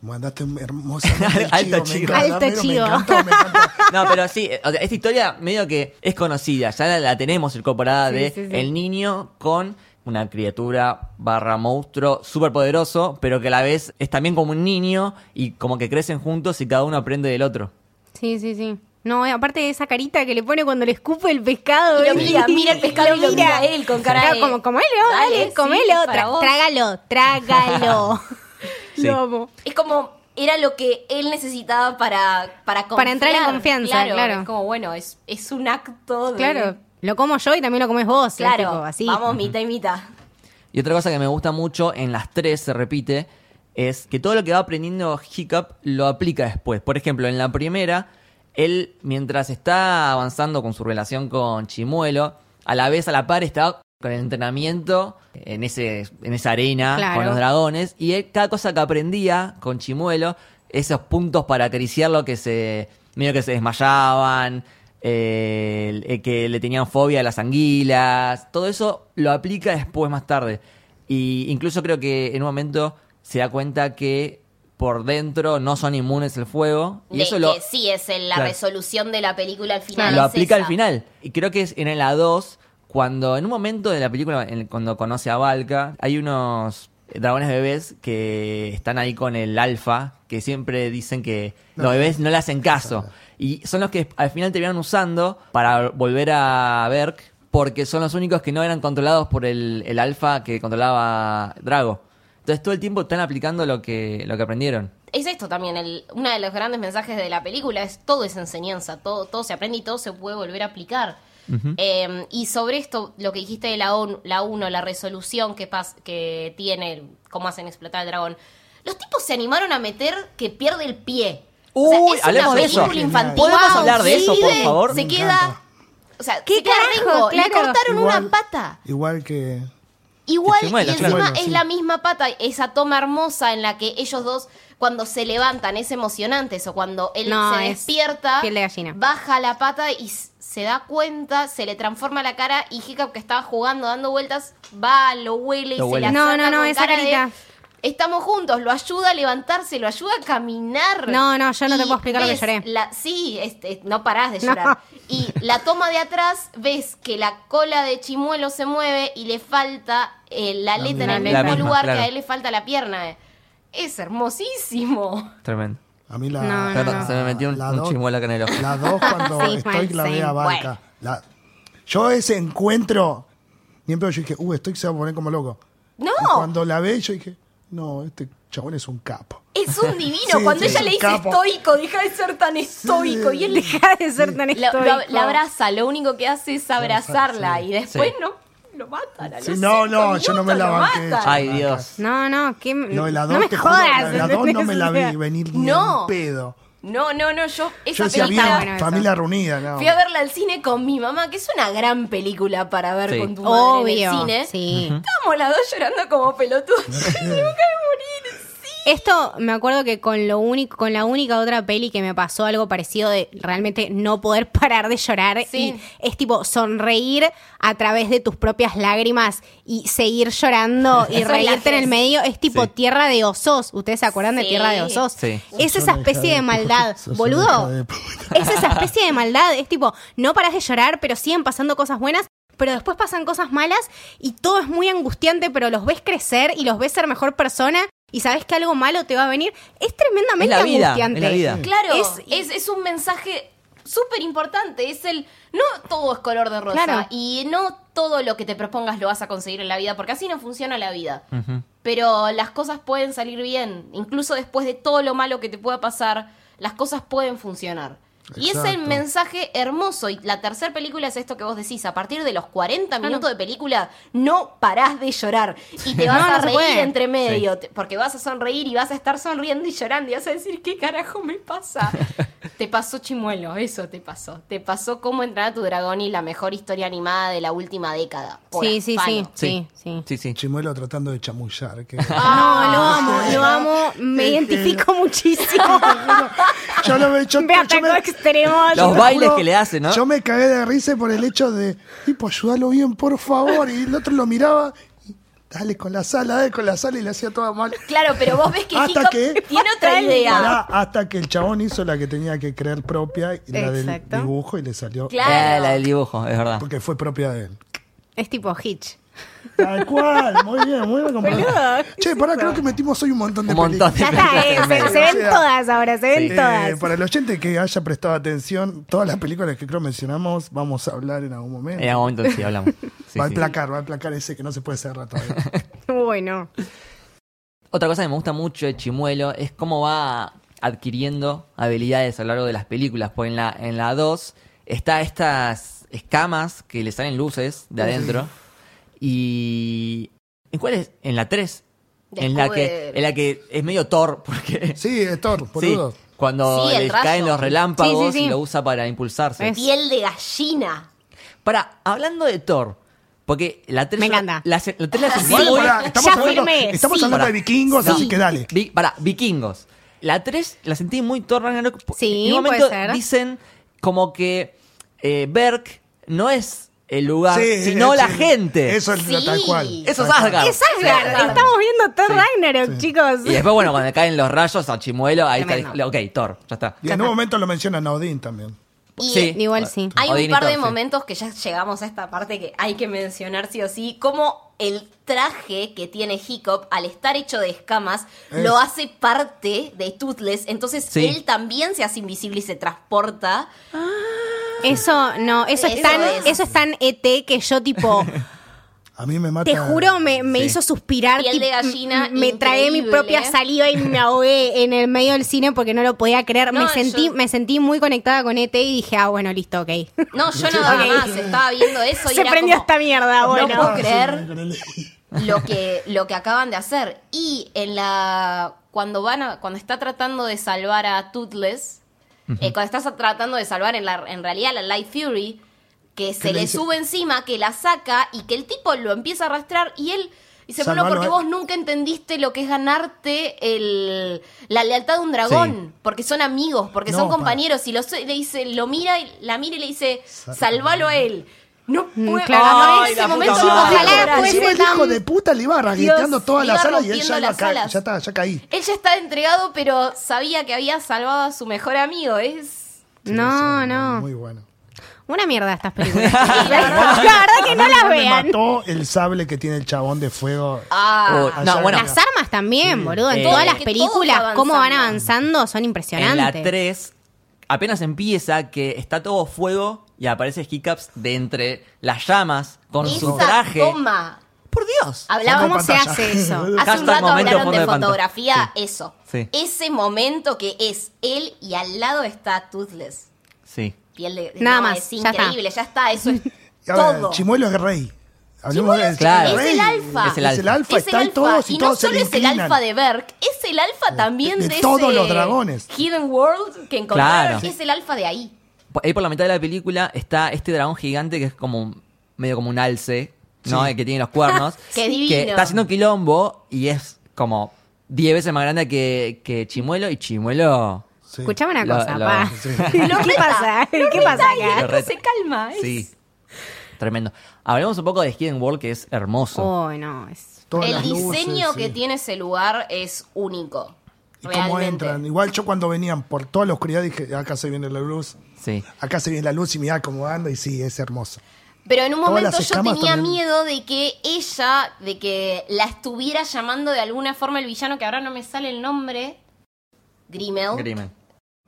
C: Mandaste un hermoso.
A: Alto chivo.
C: chico.
B: Alto chivo.
A: No, pero sí, o sea, esta historia medio que es conocida, ya la, la tenemos incorporada
B: Sí,
A: de
B: sí, sí.
A: el niño con una criatura barra monstruo súper poderoso, pero que a la vez es también como un niño y como que crecen juntos y cada uno aprende del otro.
B: Sí, sí, sí. No, eh, aparte de esa carita que le pone cuando le escupe el pescado.
D: Y lo
B: ¿ves?
D: mira, mira el pescado y lo mira él con cara
B: Claro,
D: de-
B: Como, comelo, dale,
D: Dale, sí,
B: comelo,
D: para
B: tra-
D: vos.
B: trágalo, trágalo.
A: Sí.
B: Lo amo.
D: Es como, era lo que él necesitaba para Para,
B: Para entrar en
D: confiar.
B: confianza, claro.
D: Es como, bueno, es, es un acto de...
B: Claro, lo como yo y también lo comes vos. ¿eh?
D: Claro,
B: Tipo, así.
D: vamos mitad y mitad.
A: Y otra cosa que me gusta mucho, en las tres se repite, es que todo lo que va aprendiendo Hiccup lo aplica después. Por ejemplo, en la primera, él mientras está avanzando con su relación con Chimuelo, a la vez a la par está con el entrenamiento en, ese, en esa arena
B: Claro.
A: con los dragones y él, cada cosa que aprendía con Chimuelo, esos puntos para acariciarlo que se medio que se desmayaban, eh, el- eh, que le tenían fobia a las anguilas, todo eso lo aplica después más tarde. Y incluso creo que en un momento se da cuenta que por dentro no son inmunes al fuego y
D: De
A: eso lo
D: que sí es el- la
A: Claro.
D: resolución de la película al final.
A: lo
D: es
A: aplica al
D: esa.
A: final. Y creo que es en la 2, cuando en un momento de la película, en- cuando conoce a Valka, hay unos dragones bebés que están ahí con el alfa, que siempre dicen que los bebés no le hacen caso. Y son los que al final terminan usando para volver a Berk, porque son los únicos que no eran controlados por el, el alfa que controlaba Drago. Entonces todo el tiempo están aplicando lo que, lo que aprendieron.
D: Es esto también, el, uno de los grandes mensajes de la película es todo es enseñanza, todo, todo se aprende y todo se puede volver a aplicar. Eh, y sobre esto, lo que dijiste de la 1, la, uno, la resolución que, pas- que tiene, el- cómo hacen explotar el dragón, los tipos se animaron a meter que pierde el pie. O sea,
A: Uy,
D: es
A: hablemos
D: una
A: de
D: película
A: eso.
D: infantil.
A: ¿Podemos
D: Wow,
A: hablar de
D: sí,
A: eso, por
D: ve,
A: favor?
D: Se
C: Me
D: queda...
C: encanta.
D: O sea,
B: ¿Qué
D: se queda
B: carajo?
D: rengo, le
B: Claro.
D: cortaron
C: Igual-
D: una pata.
C: Igual que...
D: Igual,
A: Que chimuelo,
D: y encima
C: claro.
D: es
C: Sí.
D: la misma pata, esa toma hermosa en la que ellos dos, cuando se levantan, es emocionante eso, cuando él
B: No,
D: se
B: es
D: despierta,
B: piel de gallina.
D: baja la pata y s- se da cuenta, se le transforma la cara y Hiccup que estaba jugando, dando vueltas, va, lo huele y
A: Lo huele.
D: se le
B: No,
D: acerca
B: no, no,
D: con
B: esa
D: cara de,
B: carita.
D: Estamos juntos, lo ayuda a levantarse, lo ayuda a caminar.
B: No, no, yo no te
D: Y
B: puedo explicar lo que
D: ves
B: lloré.
D: la- sí, este, no parás de
B: No.
D: llorar. Y la toma de atrás, ves que la cola de Chimuelo se mueve y le falta eh, la, letra en el
B: misma. La
D: mismo
A: misma,
D: lugar
A: claro.
D: que a él le falta la pierna. eh. Es hermosísimo.
A: Tremendo.
C: A mí la...
B: No, no,
A: Perdón, se me metió un,
C: la
A: un
C: dos-
A: chimuelo acá en el ojo.
C: La dos cuando
B: Sí,
C: estoy
B: Juan,
C: la
B: sí.
C: vea barca. La- Yo ese encuentro... Siempre yo dije, uh, estoy se va a poner como loco.
D: No.
C: Y cuando la ve, yo dije, no, este chabón es un capo.
D: Es un divino.
C: Sí,
D: Cuando
C: sí,
D: ella le dice
C: capo.
D: estoico, deja de ser tan estoico. Y él
B: Deja de ser tan
D: la,
B: estoico.
D: Mm. lo- la abraza, lo único que hace es abrazarla
C: sí.
D: y después
A: Sí.
D: no lo matan. a los
C: Sí, no,
D: cinco
C: no, yo no me
D: minutos
C: la
D: lo
C: banqué.
D: matan.
A: Ay, Dios.
B: No, no, qué...
C: No, la
B: no
C: dos,
B: me
C: te juro,
B: jodas.
C: la- la dos no me la
B: ¿entendés?
C: vi venir ni
D: No.
C: en pedo.
D: No, no, no, yo esa
C: Yo decía,
D: película
C: bien,
B: bueno eso.
C: familia reunida, no.
D: Fui a verla al cine con mi mamá, que es una gran película para ver
A: Sí.
D: con tu madre
B: Obvio.
D: en el cine.
B: Sí.
D: Estábamos las dos llorando como pelotudos. Yo decía, me voy a morir.
B: Esto me acuerdo que con lo único, con la única otra peli que me pasó algo parecido de realmente no poder parar de llorar
D: Sí.
B: y es tipo sonreír a través de tus propias lágrimas y seguir llorando y
D: Esos
B: reírte en el
D: lajes.
B: medio es tipo
A: Sí.
B: tierra de osos. ¿Ustedes se acuerdan de
D: Sí.
B: tierra de osos?
A: Sí.
B: Es esa
C: Sos una
B: especie
C: hija
B: de
C: de
B: maldad,
C: puta, sos una
B: boludo.
C: hija de puta.
B: Es esa especie de maldad, es tipo no paras de llorar, pero siguen pasando cosas buenas. Pero después pasan cosas malas y todo es muy angustiante, pero los ves crecer y los ves ser mejor persona y sabes que algo malo te va a venir. Es tremendamente
A: Es la vida,
B: angustiante.
A: es la vida.
D: Claro,
B: Es-
D: es, es, un mensaje súper importante. Es el. No todo es color de rosa.
B: Claro.
D: Y no todo lo que te propongas lo vas a conseguir en la vida, porque así no funciona la vida. Pero las cosas pueden salir bien. Incluso después de todo lo malo que te pueda pasar, las cosas pueden funcionar. Y es el
C: Exacto.
D: mensaje hermoso. Y la tercera película es esto que vos decís. A partir de los
B: Ah,
D: 40 minutos de película, no parás de llorar. Y te vas
B: No, no
D: a
B: se
D: reír
B: puede.
D: entre medio. te- Porque vas a sonreír y vas a estar sonriendo y llorando. Y vas a decir, ¿qué carajo me pasa? te pasó Chimuelo, eso te pasó. Te pasó Cómo entrenar a tu dragón y la mejor historia animada de la última década. Por
B: Sí, sí, sí,
D: afano.
B: sí, sí.
A: Sí, sí.
C: Chimuelo tratando de chamullar. que-
B: Ah,
C: Ah.
B: No, lo amo, lo amo, me identifico muchísimo.
C: yo lo ve- yo-
B: Me
C: yo
B: atacó
C: me-
B: extremos.
A: Los
C: te
A: bailes
C: juro,
A: que le hace, ¿no?
C: Yo me cagué de risa por el hecho de, tipo, ayúdalo bien, por favor. Y el otro lo miraba, y, dale con la sala, dale con la sala, y le hacía todo mal.
D: Claro, pero vos ves que
C: Hasta
D: Hiccup
C: que-
D: tiene otra idea.
C: Pará, hasta que el chabón hizo la que tenía que creer propia, y la del
B: Exacto.
C: dibujo, y le salió.
D: Claro.
A: Eh, la del dibujo, es verdad.
C: Porque fue propia de él.
B: Es tipo Hitch.
C: Tal cual, muy bien, muy bien comparado.
B: Boludo,
C: Che, pará, creo que metimos hoy un montón de
A: Un montón de
B: Ya
C: películas.
B: está, eh, se, se
C: O
B: ven
C: sea,
B: todas ahora, se ven
C: Eh,
B: todas.
C: para el oyente que haya prestado atención, todas las películas que creo mencionamos, vamos a hablar en algún momento.
A: En algún momento sí hablamos. Eh, Sí,
C: va al
A: sí.
C: placar, va al placar ese que no se puede cerrar todavía.
B: Bueno,
A: Otra cosa que me gusta mucho de Chimuelo es cómo va adquiriendo habilidades a lo largo de las películas. Pues en la, en la 2 está estas escamas que le salen luces de adentro. Y. ¿En cuál es? En la 3. En la, que,
D: Descubre-
A: en la que es medio Thor, porque.
C: sí, es Thor,
A: Sí,
C: boludo.
A: cuando
D: Sí, el
A: le
D: rayo.
A: caen los relámpagos
B: Sí, sí, sí.
A: y lo usa para impulsarse.
B: Es-
D: Piel de gallina.
A: Para, hablando de Thor, porque la 3
B: Me encanta.
A: La, se- la, 3 la hace
C: Bueno,
A: muy-
C: pará, estamos
B: ya
C: hablando,
B: firmé,
C: estamos
B: sí.
C: hablando de
A: Pará.
C: vikingos,
A: No.
C: así que dale.
A: Vi- pará, vikingos. La 3 la sentí muy Thor Ragnarok.
B: Sí,
A: en un
B: puede
A: momento
B: ser.
A: dicen como que eh, Berk no es el lugar,
C: Sí,
A: sino
C: eh,
A: la
C: sí.
A: gente.
C: Eso es
D: Sí.
C: tal cual.
A: Eso es
C: Tal cual.
A: Asgard.
B: es Asgard.
D: Sí.
B: Estamos viendo Thor
A: Sí.
B: Ragnarok, chicos.
A: Y después, bueno, cuando le caen los rayos a Chimuelo, ahí está.
B: Tremendo.
A: Ok, Thor, ya está.
C: Y en un momento lo mencionan a Odín también.
D: Y
A: Sí.
B: Igual sí.
D: Hay
A: Odín
D: un
A: y
D: par
A: Thor,
D: de
A: sí.
D: momentos que ya llegamos a esta parte que hay que mencionar sí o sí, como el traje que tiene Hiccup al estar hecho de escamas
C: Es.
D: lo hace parte de Toothless, entonces
A: Sí.
D: él también se hace invisible y se transporta.
B: Eso no, eso es
D: Eso
B: tan,
D: es.
B: eso es tan ET que yo tipo,
C: A mí me mata.
B: te juro, me, me
A: Sí.
B: hizo suspirar.
D: Piel de
B: tipo,
D: gallina,
B: Me tragué mi
D: increíble.
B: propia saliva y me ahogué en el medio del cine porque no lo podía creer.
D: No,
B: me sentí,
D: yo-
B: me sentí muy conectada con ET y dije, ah, bueno, listo, ok.
D: No, yo no daba
B: Ok.
D: más, estaba viendo eso y
B: Se
D: era
B: prendió
D: como,
B: esta mierda,
D: no
B: bueno.
D: puedo
C: Ah, sí,
D: creer.
C: con el-
D: lo que, lo que acaban de hacer. Y en la. Cuando van a- cuando está tratando de salvar a Toothless, eh, cuando está tratando de salvar en, la, en realidad a la Light Fury, que se
C: le
D: le
C: dice?
D: sube encima, que la saca y que el tipo lo empieza a arrastrar y él. Dice, bueno,
C: Salvalo,
D: porque
C: eh.
D: vos nunca entendiste lo que es ganarte el, la lealtad de un dragón, porque son amigos, porque
C: No,
D: son
C: para.
D: compañeros, y lo, le dice, lo mira, y- la mira y le dice,
C: Sa-
D: salvalo a él. No
B: Mm,
D: puede,
B: claro,
D: Ay,
B: no.
D: ese
A: la puta
D: momento
A: madre.
D: lo vas a
B: Ojalá
D: llorar.
B: fuese
C: Encima el
B: tan-
C: hijo de puta le iba ragueteando
D: Dios,
C: toda la
D: iba
C: sala y él
D: rompiendo
C: ya, iba
D: las
C: ca-
D: alas.
C: ya está, ya caí.
D: Él ya está entregado, pero sabía que había salvado a su mejor amigo. Es.
B: No, no.
C: Muy bueno.
B: Una mierda estas películas. la verdad Ah, que no las
C: Me
B: vean.
C: mató el sable que tiene el chabón de fuego.
A: Oh,
D: Ah.
A: no,
C: Allá
A: bueno,
B: Las armas también, boludo. En
A: Eh,
B: todas
A: Todo,
B: las
D: que
B: películas,
D: todo va
B: cómo van
D: avanzando.
B: avanzando, son
A: en la
B: impresionantes.
A: 3 apenas empieza que está todo fuego y aparece Hiccups de entre las llamas con su
D: Esa Ah.
A: traje.
D: toma.
A: Por Dios.
D: Hablábamos.
B: ¿Cómo se
C: Ah, pantalla.
B: hace eso?
D: Hace
A: Hashtag
D: un rato
A: momento
D: hablaron
A: fondo
D: de
A: de pantalla.
D: fotografía,
A: Sí.
D: eso.
A: Sí.
D: Ese momento que es él y al lado está Toothless.
A: Sí.
D: Piel de-
B: Nada
D: no,
B: más,
D: Es
B: ya
D: increíble, ya está. Eso es
C: Y ahora,
D: todo.
C: Chimuelo es rey. Hablemos de
A: Claro.
D: Es el alfa.
A: Es el alfa.
C: Es el alfa,
D: Es el
C: está en
D: alfa,
C: todos y,
D: y no
C: todos se
D: solo
C: le
D: es el
C: inclinan.
D: alfa de Berk, es el alfa también
C: de
D: de,
C: todos
D: ese
C: los dragones.
D: Hidden World que encontraron.
A: Claro.
D: Es el alfa de ahí.
A: Por- Ahí por la mitad de la película está este dragón gigante que es como un- medio como un alce, ¿no?
C: Sí.
A: El que tiene los cuernos.
D: Qué divino.
A: que está haciendo quilombo y es como 10 veces más grande que, que Chimuelo y Chimuelo.
C: Sí.
B: Escuchame una
A: Lo-
B: cosa,
A: lo-
B: pa.
A: sí.
B: ¿Qué pasa? ¿Qué pasa acá?
A: Lo reta.
D: se calma. es-
A: Sí. Tremendo. Hablemos un poco de Hidden World que es hermoso.
B: Oh, no. es-
C: Todas
D: El
C: las luces,
D: diseño
C: sí.
D: que tiene ese lugar es único.
C: Y cómo
D: realmente.
C: entran. Igual yo cuando venían por toda la oscuridad dije, acá se viene la luz.
A: Sí.
C: Acá se viene la luz y mirá cómo anda y sí, es hermoso.
D: Pero en un
C: Todas
D: momento
C: las
D: yo
C: escamas
D: tenía
C: también.
D: miedo de que ella, de que la estuviera llamando de alguna forma el villano, que ahora no me sale el nombre. Grimmel.
A: Grimmel.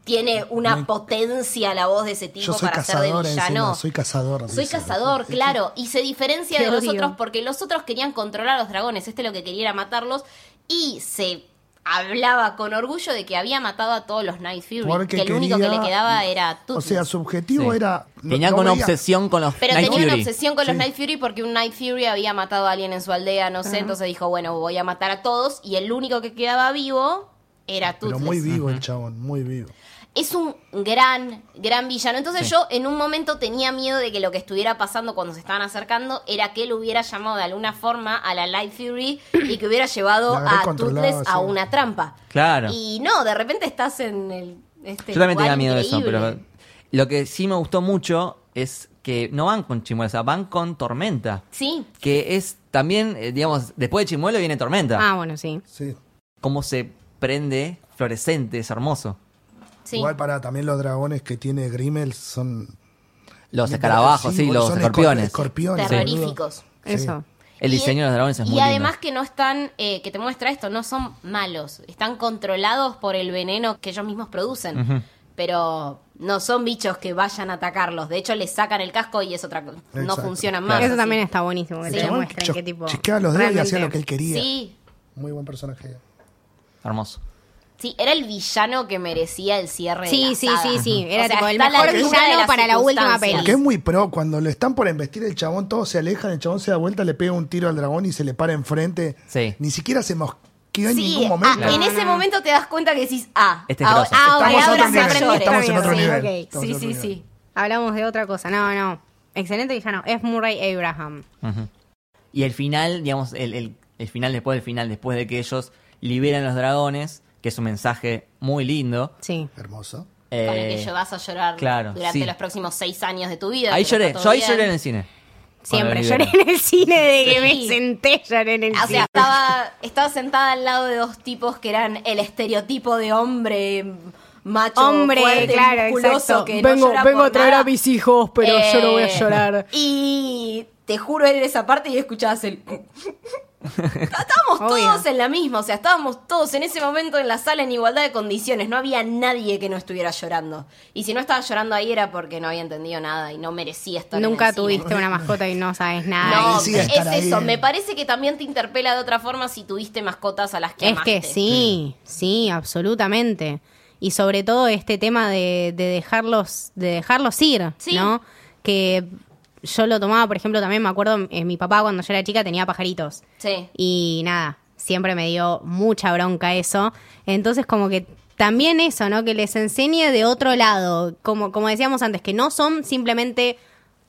D: Tiene una potencia la voz de ese tipo
C: Yo soy
D: para ser de
C: cazador
D: villano.
C: encima, soy cazador.
D: Soy
C: dice.
D: cazador, claro. Y se diferencia
B: Qué
D: de los
B: odio.
D: otros porque los otros querían controlar a los dragones. Este lo que quería era matarlos. Y se hablaba con orgullo de que había matado a todos los Night Fury,
C: Porque
D: que el único que
C: quería-
D: le quedaba era
C: O
D: Tutsis.
C: sea, su objetivo
A: Sí.
C: era. no-
A: Tenía
C: no
A: con
C: veía-
A: obsesión con los
D: Pero
A: Night
D: tenía una
A: Fury.
D: obsesión con los
C: Sí.
D: Night Fury porque un Night Fury había matado a alguien en su aldea, no sé, entonces dijo, bueno, voy a matar a todos y el único que quedaba vivo era
C: Pero
D: Tutsis.
C: muy vivo el chabón, muy vivo.
D: Es un gran, gran villano. Entonces
A: Sí.
D: yo en un momento tenía miedo de que lo que estuviera pasando cuando se estaban acercando era que él hubiera llamado de alguna forma a la Light Fury y que hubiera llevado
C: La habrá
D: a
C: controlado,
D: Toothless a
C: sí.
D: una trampa.
A: Claro.
D: Y no, de repente estás en el... Este
A: Yo también
D: lugar
A: tenía miedo de eso,
D: increíble.
A: pero lo que sí me gustó mucho es que no van con Chimuelo, o sea, van con Tormenta.
D: Sí,
A: Que es también, eh, digamos, después de Chimuelo viene Tormenta.
B: Ah, bueno, sí.
C: Sí.
A: Cómo se prende fluorescente, es hermoso.
D: sí.
C: Igual para también los dragones que tiene Grimmel son.
A: Los escarabajos, sí,
C: boludo,
A: los
C: son escor-
A: escorpiones.
C: escorpiones,
D: Terroríficos.
C: boludo. Sí.
B: Eso.
A: El
D: Y-
A: diseño de los dragones es
D: y
A: muy
D: además
A: lindo.
D: que no están, eh, que te muestra esto, no son malos, están controlados por el veneno que ellos mismos producen. Pero no son bichos que vayan a atacarlos. De hecho, les sacan el casco y es otra cosa. No
C: Exacto.
D: funcionan
A: Claro.
D: más.
B: Eso
D: así.
B: también está buenísimo, que
C: El
B: te
C: chabón
B: demuestren
C: cho-
B: qué tipo.
C: Chasqueaba los dedos y hacía
B: realmente-
C: lo que él quería.
D: Sí,
C: Muy buen personaje.
A: Hermoso.
D: sí, era el villano que merecía el cierre. de
B: Sí,
D: la
B: sí,
D: saga.
B: sí, sí. Era
D: O sea,
B: tipo el
D: está la
B: mejor
D: altura de
B: villano
D: las
B: para la última
D: circunstancias.
B: peli.
C: Porque es muy pro, cuando lo están por embestir el chabón, todos se alejan, el chabón se da vuelta, le pega un tiro al dragón y se le para enfrente.
A: Sí.
C: Ni siquiera se mosqueó en
D: Sí,
C: ningún momento.
D: ah, en ese momento te das cuenta que decís, ah,
A: Este es
D: ahora,
A: grosso.
D: ahora,
C: Estamos en
D: ahora
C: otro
D: se
C: nivel,
D: aprende.
C: estamos en otro
B: Sí,
C: nivel.
B: ok.
C: estamos en
D: Sí,
C: otro
D: sí,
C: nivel.
D: sí.
B: Hablamos de otra cosa. No, no. Excelente villano. Es Murray Abraham.
A: Ujú. Y el final, digamos, el, el- el final después del final, después de que ellos liberan los dragones, que es un mensaje muy lindo.
B: Sí.
C: Hermoso.
D: Con el
A: eh,
D: que llevas a llorar
A: claro,
D: durante
A: sí.
D: los próximos seis años de tu vida.
A: ahí
D: pero
A: lloré,
D: está todo
A: yo ahí
D: bien.
A: lloré en el cine. Cuando
B: Siempre
A: lo
B: lloré
A: liberan.
B: en el cine de que me
D: Sí.
B: senté, lloré en el
C: Ah,
D: O sea,
B: cine.
D: Ah, estaba, estaba sentada al lado de dos tipos que eran el estereotipo de hombre macho,
B: Hombre,
D: fuerte,
B: claro,
D: musculoso,
B: exacto.
D: que no
E: vengo
D: llora
E: vengo
D: por
E: a traer
D: nada.
E: a mis hijos, pero yo no voy a
D: Eh,
E: llorar.
D: Y te juro, era esa parte y escuchabas el. estábamos
B: Obvio.
D: todos en la misma, o sea, estábamos todos en ese momento en la sala en igualdad de condiciones. No había nadie que no estuviera llorando. Y si no estaba llorando ahí era porque no había entendido nada y no merecía estar en
B: Nunca
D: el cine.
B: tuviste una mascota y no sabes nada.
D: No,
C: sí,
D: es
C: estar ahí.
D: eso. Me parece que también te interpela de otra forma si tuviste mascotas a las que
B: Es
D: amaste.
B: que sí, sí, absolutamente. Y sobre todo este tema de, de dejarlos, de dejarlos ir,
D: Sí.
B: ¿no? Que yo lo tomaba, por ejemplo, también me acuerdo, eh, mi papá cuando yo era chica tenía pajaritos.
D: Sí.
B: Y nada, siempre me dio mucha bronca eso. Entonces como que también eso, ¿no? Que les enseñe de otro lado, como, como decíamos antes, que no son simplemente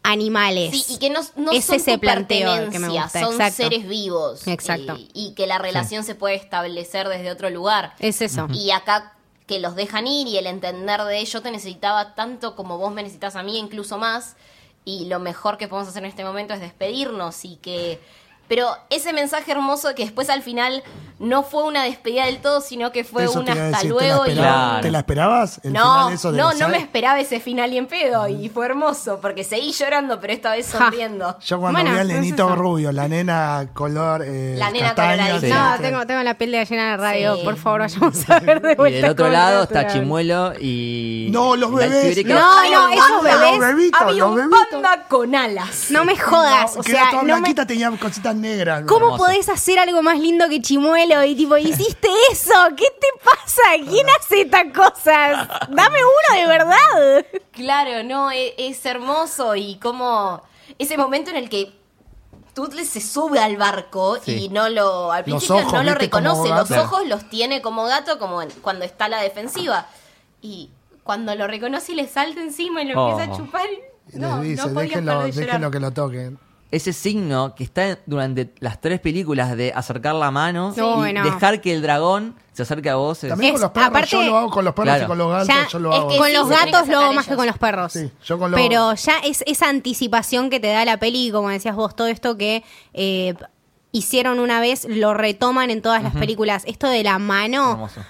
B: animales.
D: Sí, y que no, no
B: Es
D: son
B: ese
D: tu
B: planteo que me
D: pertenencia,
B: gusta,
D: son
B: exacto.
D: seres vivos.
B: Exacto.
D: Y, y que la relación se puede establecer desde otro lugar.
B: Es eso.
D: Y acá que los dejan ir y el entender de yo te necesitaba tanto como vos me necesitas a mí, incluso más. Y lo mejor que podemos hacer en este momento es despedirnos y que... Pero ese mensaje hermoso que después al final no fue una despedida del todo, sino que fue
C: Eso
D: un
C: te iba a
D: hasta
C: decir,
D: luego
C: ¿Te
D: y
C: la,
A: Claro.
C: esperabas? ¿Te la esperabas? El
D: no,
C: final eso de
D: no,
C: los
D: no me
C: Alps.
D: esperaba ese final y en pedo y fue hermoso porque seguí llorando, pero esta vez sonriendo.
C: Yo cuando
B: Bueno,
C: vi al
B: es
C: nenito
B: eso.
C: rubio, la nena color. eh,
D: La nena
C: castaña,
D: coloradita.
C: sí,
B: No,
C: sí.
B: tengo, tengo la piel de gallina de radio.
D: Sí.
B: Por favor, vayamos a ver de
A: Y
B: vuelta.
A: del otro
B: cómo
A: lado
B: natural.
A: está Chimuelo y.
C: No, los
A: y Night
C: bebés.
A: Fury, que-
B: No,
D: Ay,
B: no,
D: los
B: esos
D: pandas,
B: bebés.
C: los bebitos,
D: Había
C: los
D: un
C: bebitos.
D: panda con alas.
B: No me jodas.
C: No,
B: o
C: que era
B: sea,
C: toda
B: no me-
C: blanquita, tenía cositas negras.
B: ¿Cómo
A: Hermoso.
B: podés hacer algo más lindo que chimuelo? Y tipo, hiciste eso. ¿Qué te pasa? ¿Quién hace estas cosas? Dame uno de verdad.
D: Claro, no, e- es, hermoso y como ese momento en el que Tootles se sube al barco
A: Sí.
D: y no lo al principio
C: ojos,
D: no lo
C: ¿viste? Como
D: reconoce, los
C: gato.
D: ojos los tiene como gato como en- cuando está a la defensiva y cuando lo reconoce y le salta encima y lo
A: Oh.
D: empieza a chupar.
C: Y les
D: No,
C: dice,
D: no podía
C: déjenlo,
D: dejar de llorar.
C: déjenlo que lo toquen.
A: Ese signo que está durante las tres películas de acercar la mano
B: Sí.
A: y
B: No, no.
A: dejar que el dragón se acerque a vos. es-
C: También
B: Es-
C: con los perros, yo
B: aparte-
C: lo hago con los perros
A: Claro.
C: y con los gatos,
B: Ya,
C: yo lo
D: es
C: hago.
D: que
B: con
D: sí,
B: los
D: se tienen que
B: gatos lo hago
D: sacar
B: más que
D: ellos.
B: con los perros.
C: Sí, yo con los-
B: Pero ya es esa anticipación que te da la peli, y como decías vos, todo esto que eh, hicieron una vez, lo retoman en todas las películas. Esto de la mano
A: Hermoso.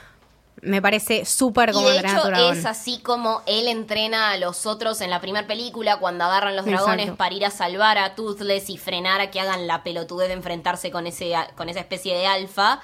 B: me parece súper
D: Y
B: como
D: de
B: Entrenar a
D: hecho
B: tu dragón.
D: es así como él entrena a los otros en la primera película cuando agarran los dragones
B: Exacto.
D: para ir a salvar a Toothless y frenar a que hagan la pelotudez de enfrentarse con ese con esa especie de alfa.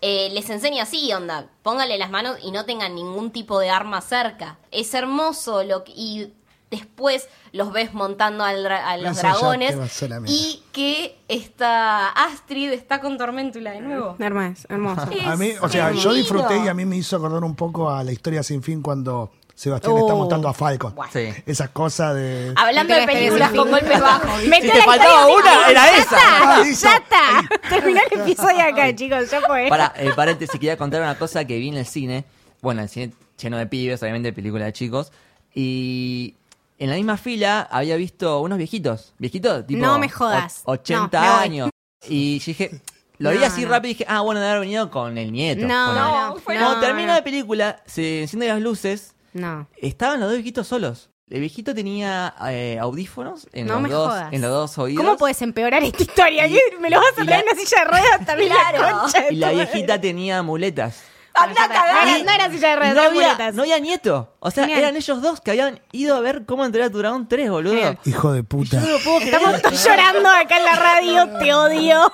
D: Eh, les enseña así, onda, póngale las manos y no tengan ningún tipo de arma cerca. Es hermoso lo que- y después los ves montando al dra- a los
C: Eso ya
D: dragones
C: te va a hacer la mierda.
D: y que esta Astrid está con Tormentula de nuevo.
B: Hermoso, hermoso.
D: Es
C: A mí, o sea, yo
D: divino.
C: disfruté y a mí me hizo acordar un poco a la historia sin fin cuando Sebastián
B: Uh.
C: está montando a Falcon.
A: Sí.
C: Esas cosas de.
D: Hablando de
B: Mira,
D: películas
B: Federico.
D: con golpes bajos.
B: Me
A: Si te faltaba una, era esa.
C: Ah, listo.
B: ¡Ya está! Terminó el episodio acá, chicos. Ya fue.
A: Para, eh, paréntesis, quería contar una cosa que vi en el cine. Bueno, el cine lleno de pibes, obviamente, película de chicos. Y en la misma fila había visto unos viejitos. ¿Viejitos? Tipo,
B: No me jodas.
A: o- 80
B: No, me voy.
A: años. Y dije, lo vi
B: No,
A: así
B: no.
A: rápido y dije, ah, bueno, de haber venido con el nieto.
B: No,
A: Ponele.
B: no,
D: No,
A: Cuando
B: no,
A: termina
B: no.
A: la película, se encienden las luces,
B: No.
A: estaban los dos viejitos solos. El viejito tenía eh, audífonos en,
B: No
A: los
B: me
A: dos,
B: jodas.
A: en los dos oídos.
B: ¿Cómo puedes empeorar esta historia?
A: Y-
B: ¿Me lo vas a
A: y
B: traer en
A: la-
B: una silla de ruedas también?
D: Claro.
B: La concha de
A: Y la
B: tu
A: viejita tenía muletas.
D: Anda a
B: madre. No
D: cagar.
B: era, no era silla de ruedas,
A: no,
B: eran
A: había,
B: muletas.
A: no había nieto. O sea,
B: Genial.
A: eran ellos dos que habían ido a ver cómo entrar a tu Dragón 3, boludo.
B: Genial.
C: Hijo de puta.
B: Estamos todos llorando acá en la radio, te odio.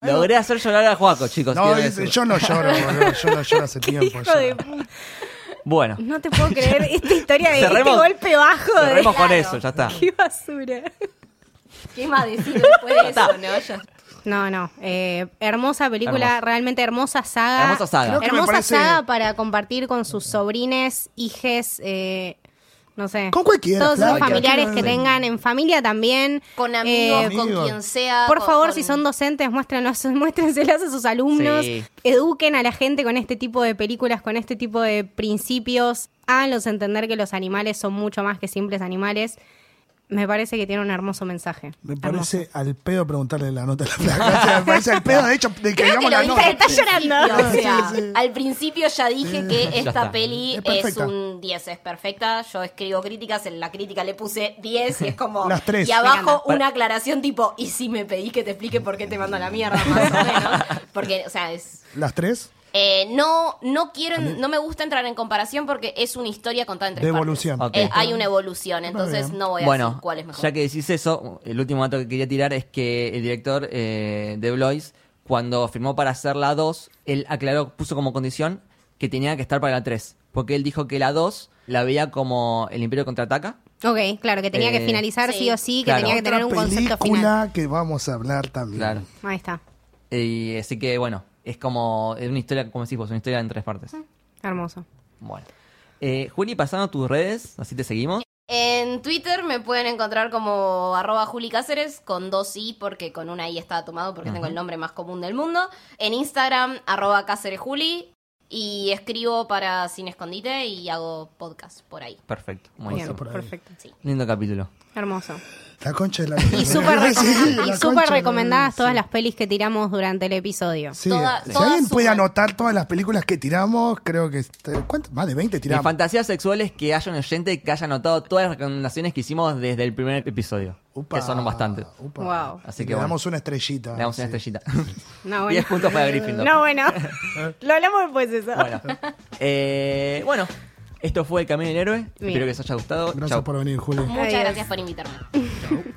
A: Logré hacer llorar a Juaco, chicos.
C: No,
A: quiero
C: dice,
A: decirlo.
C: yo no lloro, boludo. Yo no lloro hace tiempo.
B: Hijo de
C: yo-
B: puta.
A: Bueno,
B: No te puedo creer esta historia de
A: Cerremos-
B: este golpe bajo de
A: cerremos con
D: claro.
A: eso, ya está.
B: qué basura.
D: ¿Qué más decir después de eso, no? Ya-
B: No, no. eh, hermosa película,
A: Hermosa.
B: realmente hermosa saga.
A: Hermosa saga. Creo
C: que me
B: Hermosa
C: parece-
B: saga para compartir con sus sobrines, hijes, eh, no sé.
C: Con cualquiera,
B: Todos
C: flaca,
B: esos familiares
C: claro.
B: que tengan en familia también.
D: Con
B: Eh,
D: amigos, con
C: Amigos.
D: quien sea.
B: Por
D: con-
B: favor,
D: con-
B: si son docentes, muéstrenlos, muéstrenselas a sus alumnos.
A: Sí.
B: Eduquen a la gente con este tipo de películas, con este tipo de principios. Háganlos entender que los animales son mucho más que simples animales. Me parece que tiene un hermoso mensaje.
C: Me
B: Hermoso.
C: parece al pedo preguntarle la nota a la flaca. O sea, me parece al pedo, de hecho, de que
D: Creo que
C: digamos
D: lo
C: la
D: dije
C: nota.
D: al principio,
B: llorando.
D: o sea,
C: Sí, sí.
D: Al principio ya dije que esta
A: está.
D: peli
C: Es
D: es,
C: perfecta.
D: un 10, es perfecta. Yo escribo críticas, en la crítica le puse 10 y es como...
C: Las tres.
D: Y abajo
A: Para-
D: una aclaración tipo, y si me pedís que te explique por qué te mando a la mierda, más o menos. Porque, o sea, es...
C: Las tres,
D: Eh, no, no quiero, no me gusta entrar en comparación porque es una historia contada en tres
C: de
D: partes.
C: evolución.
A: Ok.
D: Eh, hay una evolución, entonces
C: bien.
D: no voy a
A: bueno,
D: decir cuál es mejor.
A: ya que decís eso, el último dato que quería tirar es que el director eh, de Blois, cuando firmó para hacer la 2, él aclaró, puso como condición que tenía que estar para la 3. Porque él dijo que la 2 la veía como el Imperio contraataca.
B: Ok, claro, que tenía que
A: Eh,
B: finalizar sí,
D: sí.
B: o sí, que
A: Claro.
B: tenía que tener un
C: Otra
B: concepto final.
C: película que vamos a hablar también.
A: Claro.
B: Ahí está,
A: Y Eh, así que, bueno, es como. Es una historia, como decís vos, una historia en tres partes.
B: Ah. hermoso.
A: Bueno. Eh, Juli, pasando a tus redes, así te seguimos.
D: En Twitter me pueden encontrar como arroba Juli Cáceres con dos i porque con una i estaba tomado porque tengo el nombre más común del mundo. En Instagram arroba Cáceres Juli y escribo para Sin Escondite y hago podcast por ahí.
A: Perfecto. Muy
B: Bien,
A: bien.
C: por ahí.
B: perfecto.
A: Lindo capítulo.
B: Hermoso.
C: La concha de la
B: Y súper
C: Sí,
B: recom-
C: la
B: y súper
C: concha de la-
B: recomendadas todas
C: sí.
B: las pelis que tiramos durante el episodio.
C: Sí,
D: Toda-
C: si
D: todas
C: alguien puede
D: suman.
C: anotar todas las películas que tiramos, creo que. ¿cuánto? Más de 20
A: Mi
C: tiramos.
A: fantasía sexual es que haya un oyente que haya anotado todas las recomendaciones que hicimos desde el primer episodio.
C: Upa,
A: Que son bastantes.
C: upa.
B: Wow.
A: Así
C: Y
A: que
C: le
A: bueno.
C: damos una estrellita.
A: Le damos una
C: sí.
A: estrellita.
B: No, Ah, bueno.
A: 10 puntos para Gryffindor.
B: No, bueno. Lo hablamos después de eso.
A: Bueno. Eh, bueno, esto fue El Camino del Héroe. Espero que os haya gustado.
C: Gracias
A: Chau.
C: por venir, Julio.
D: Muchas
B: Adiós.
D: gracias por invitarme.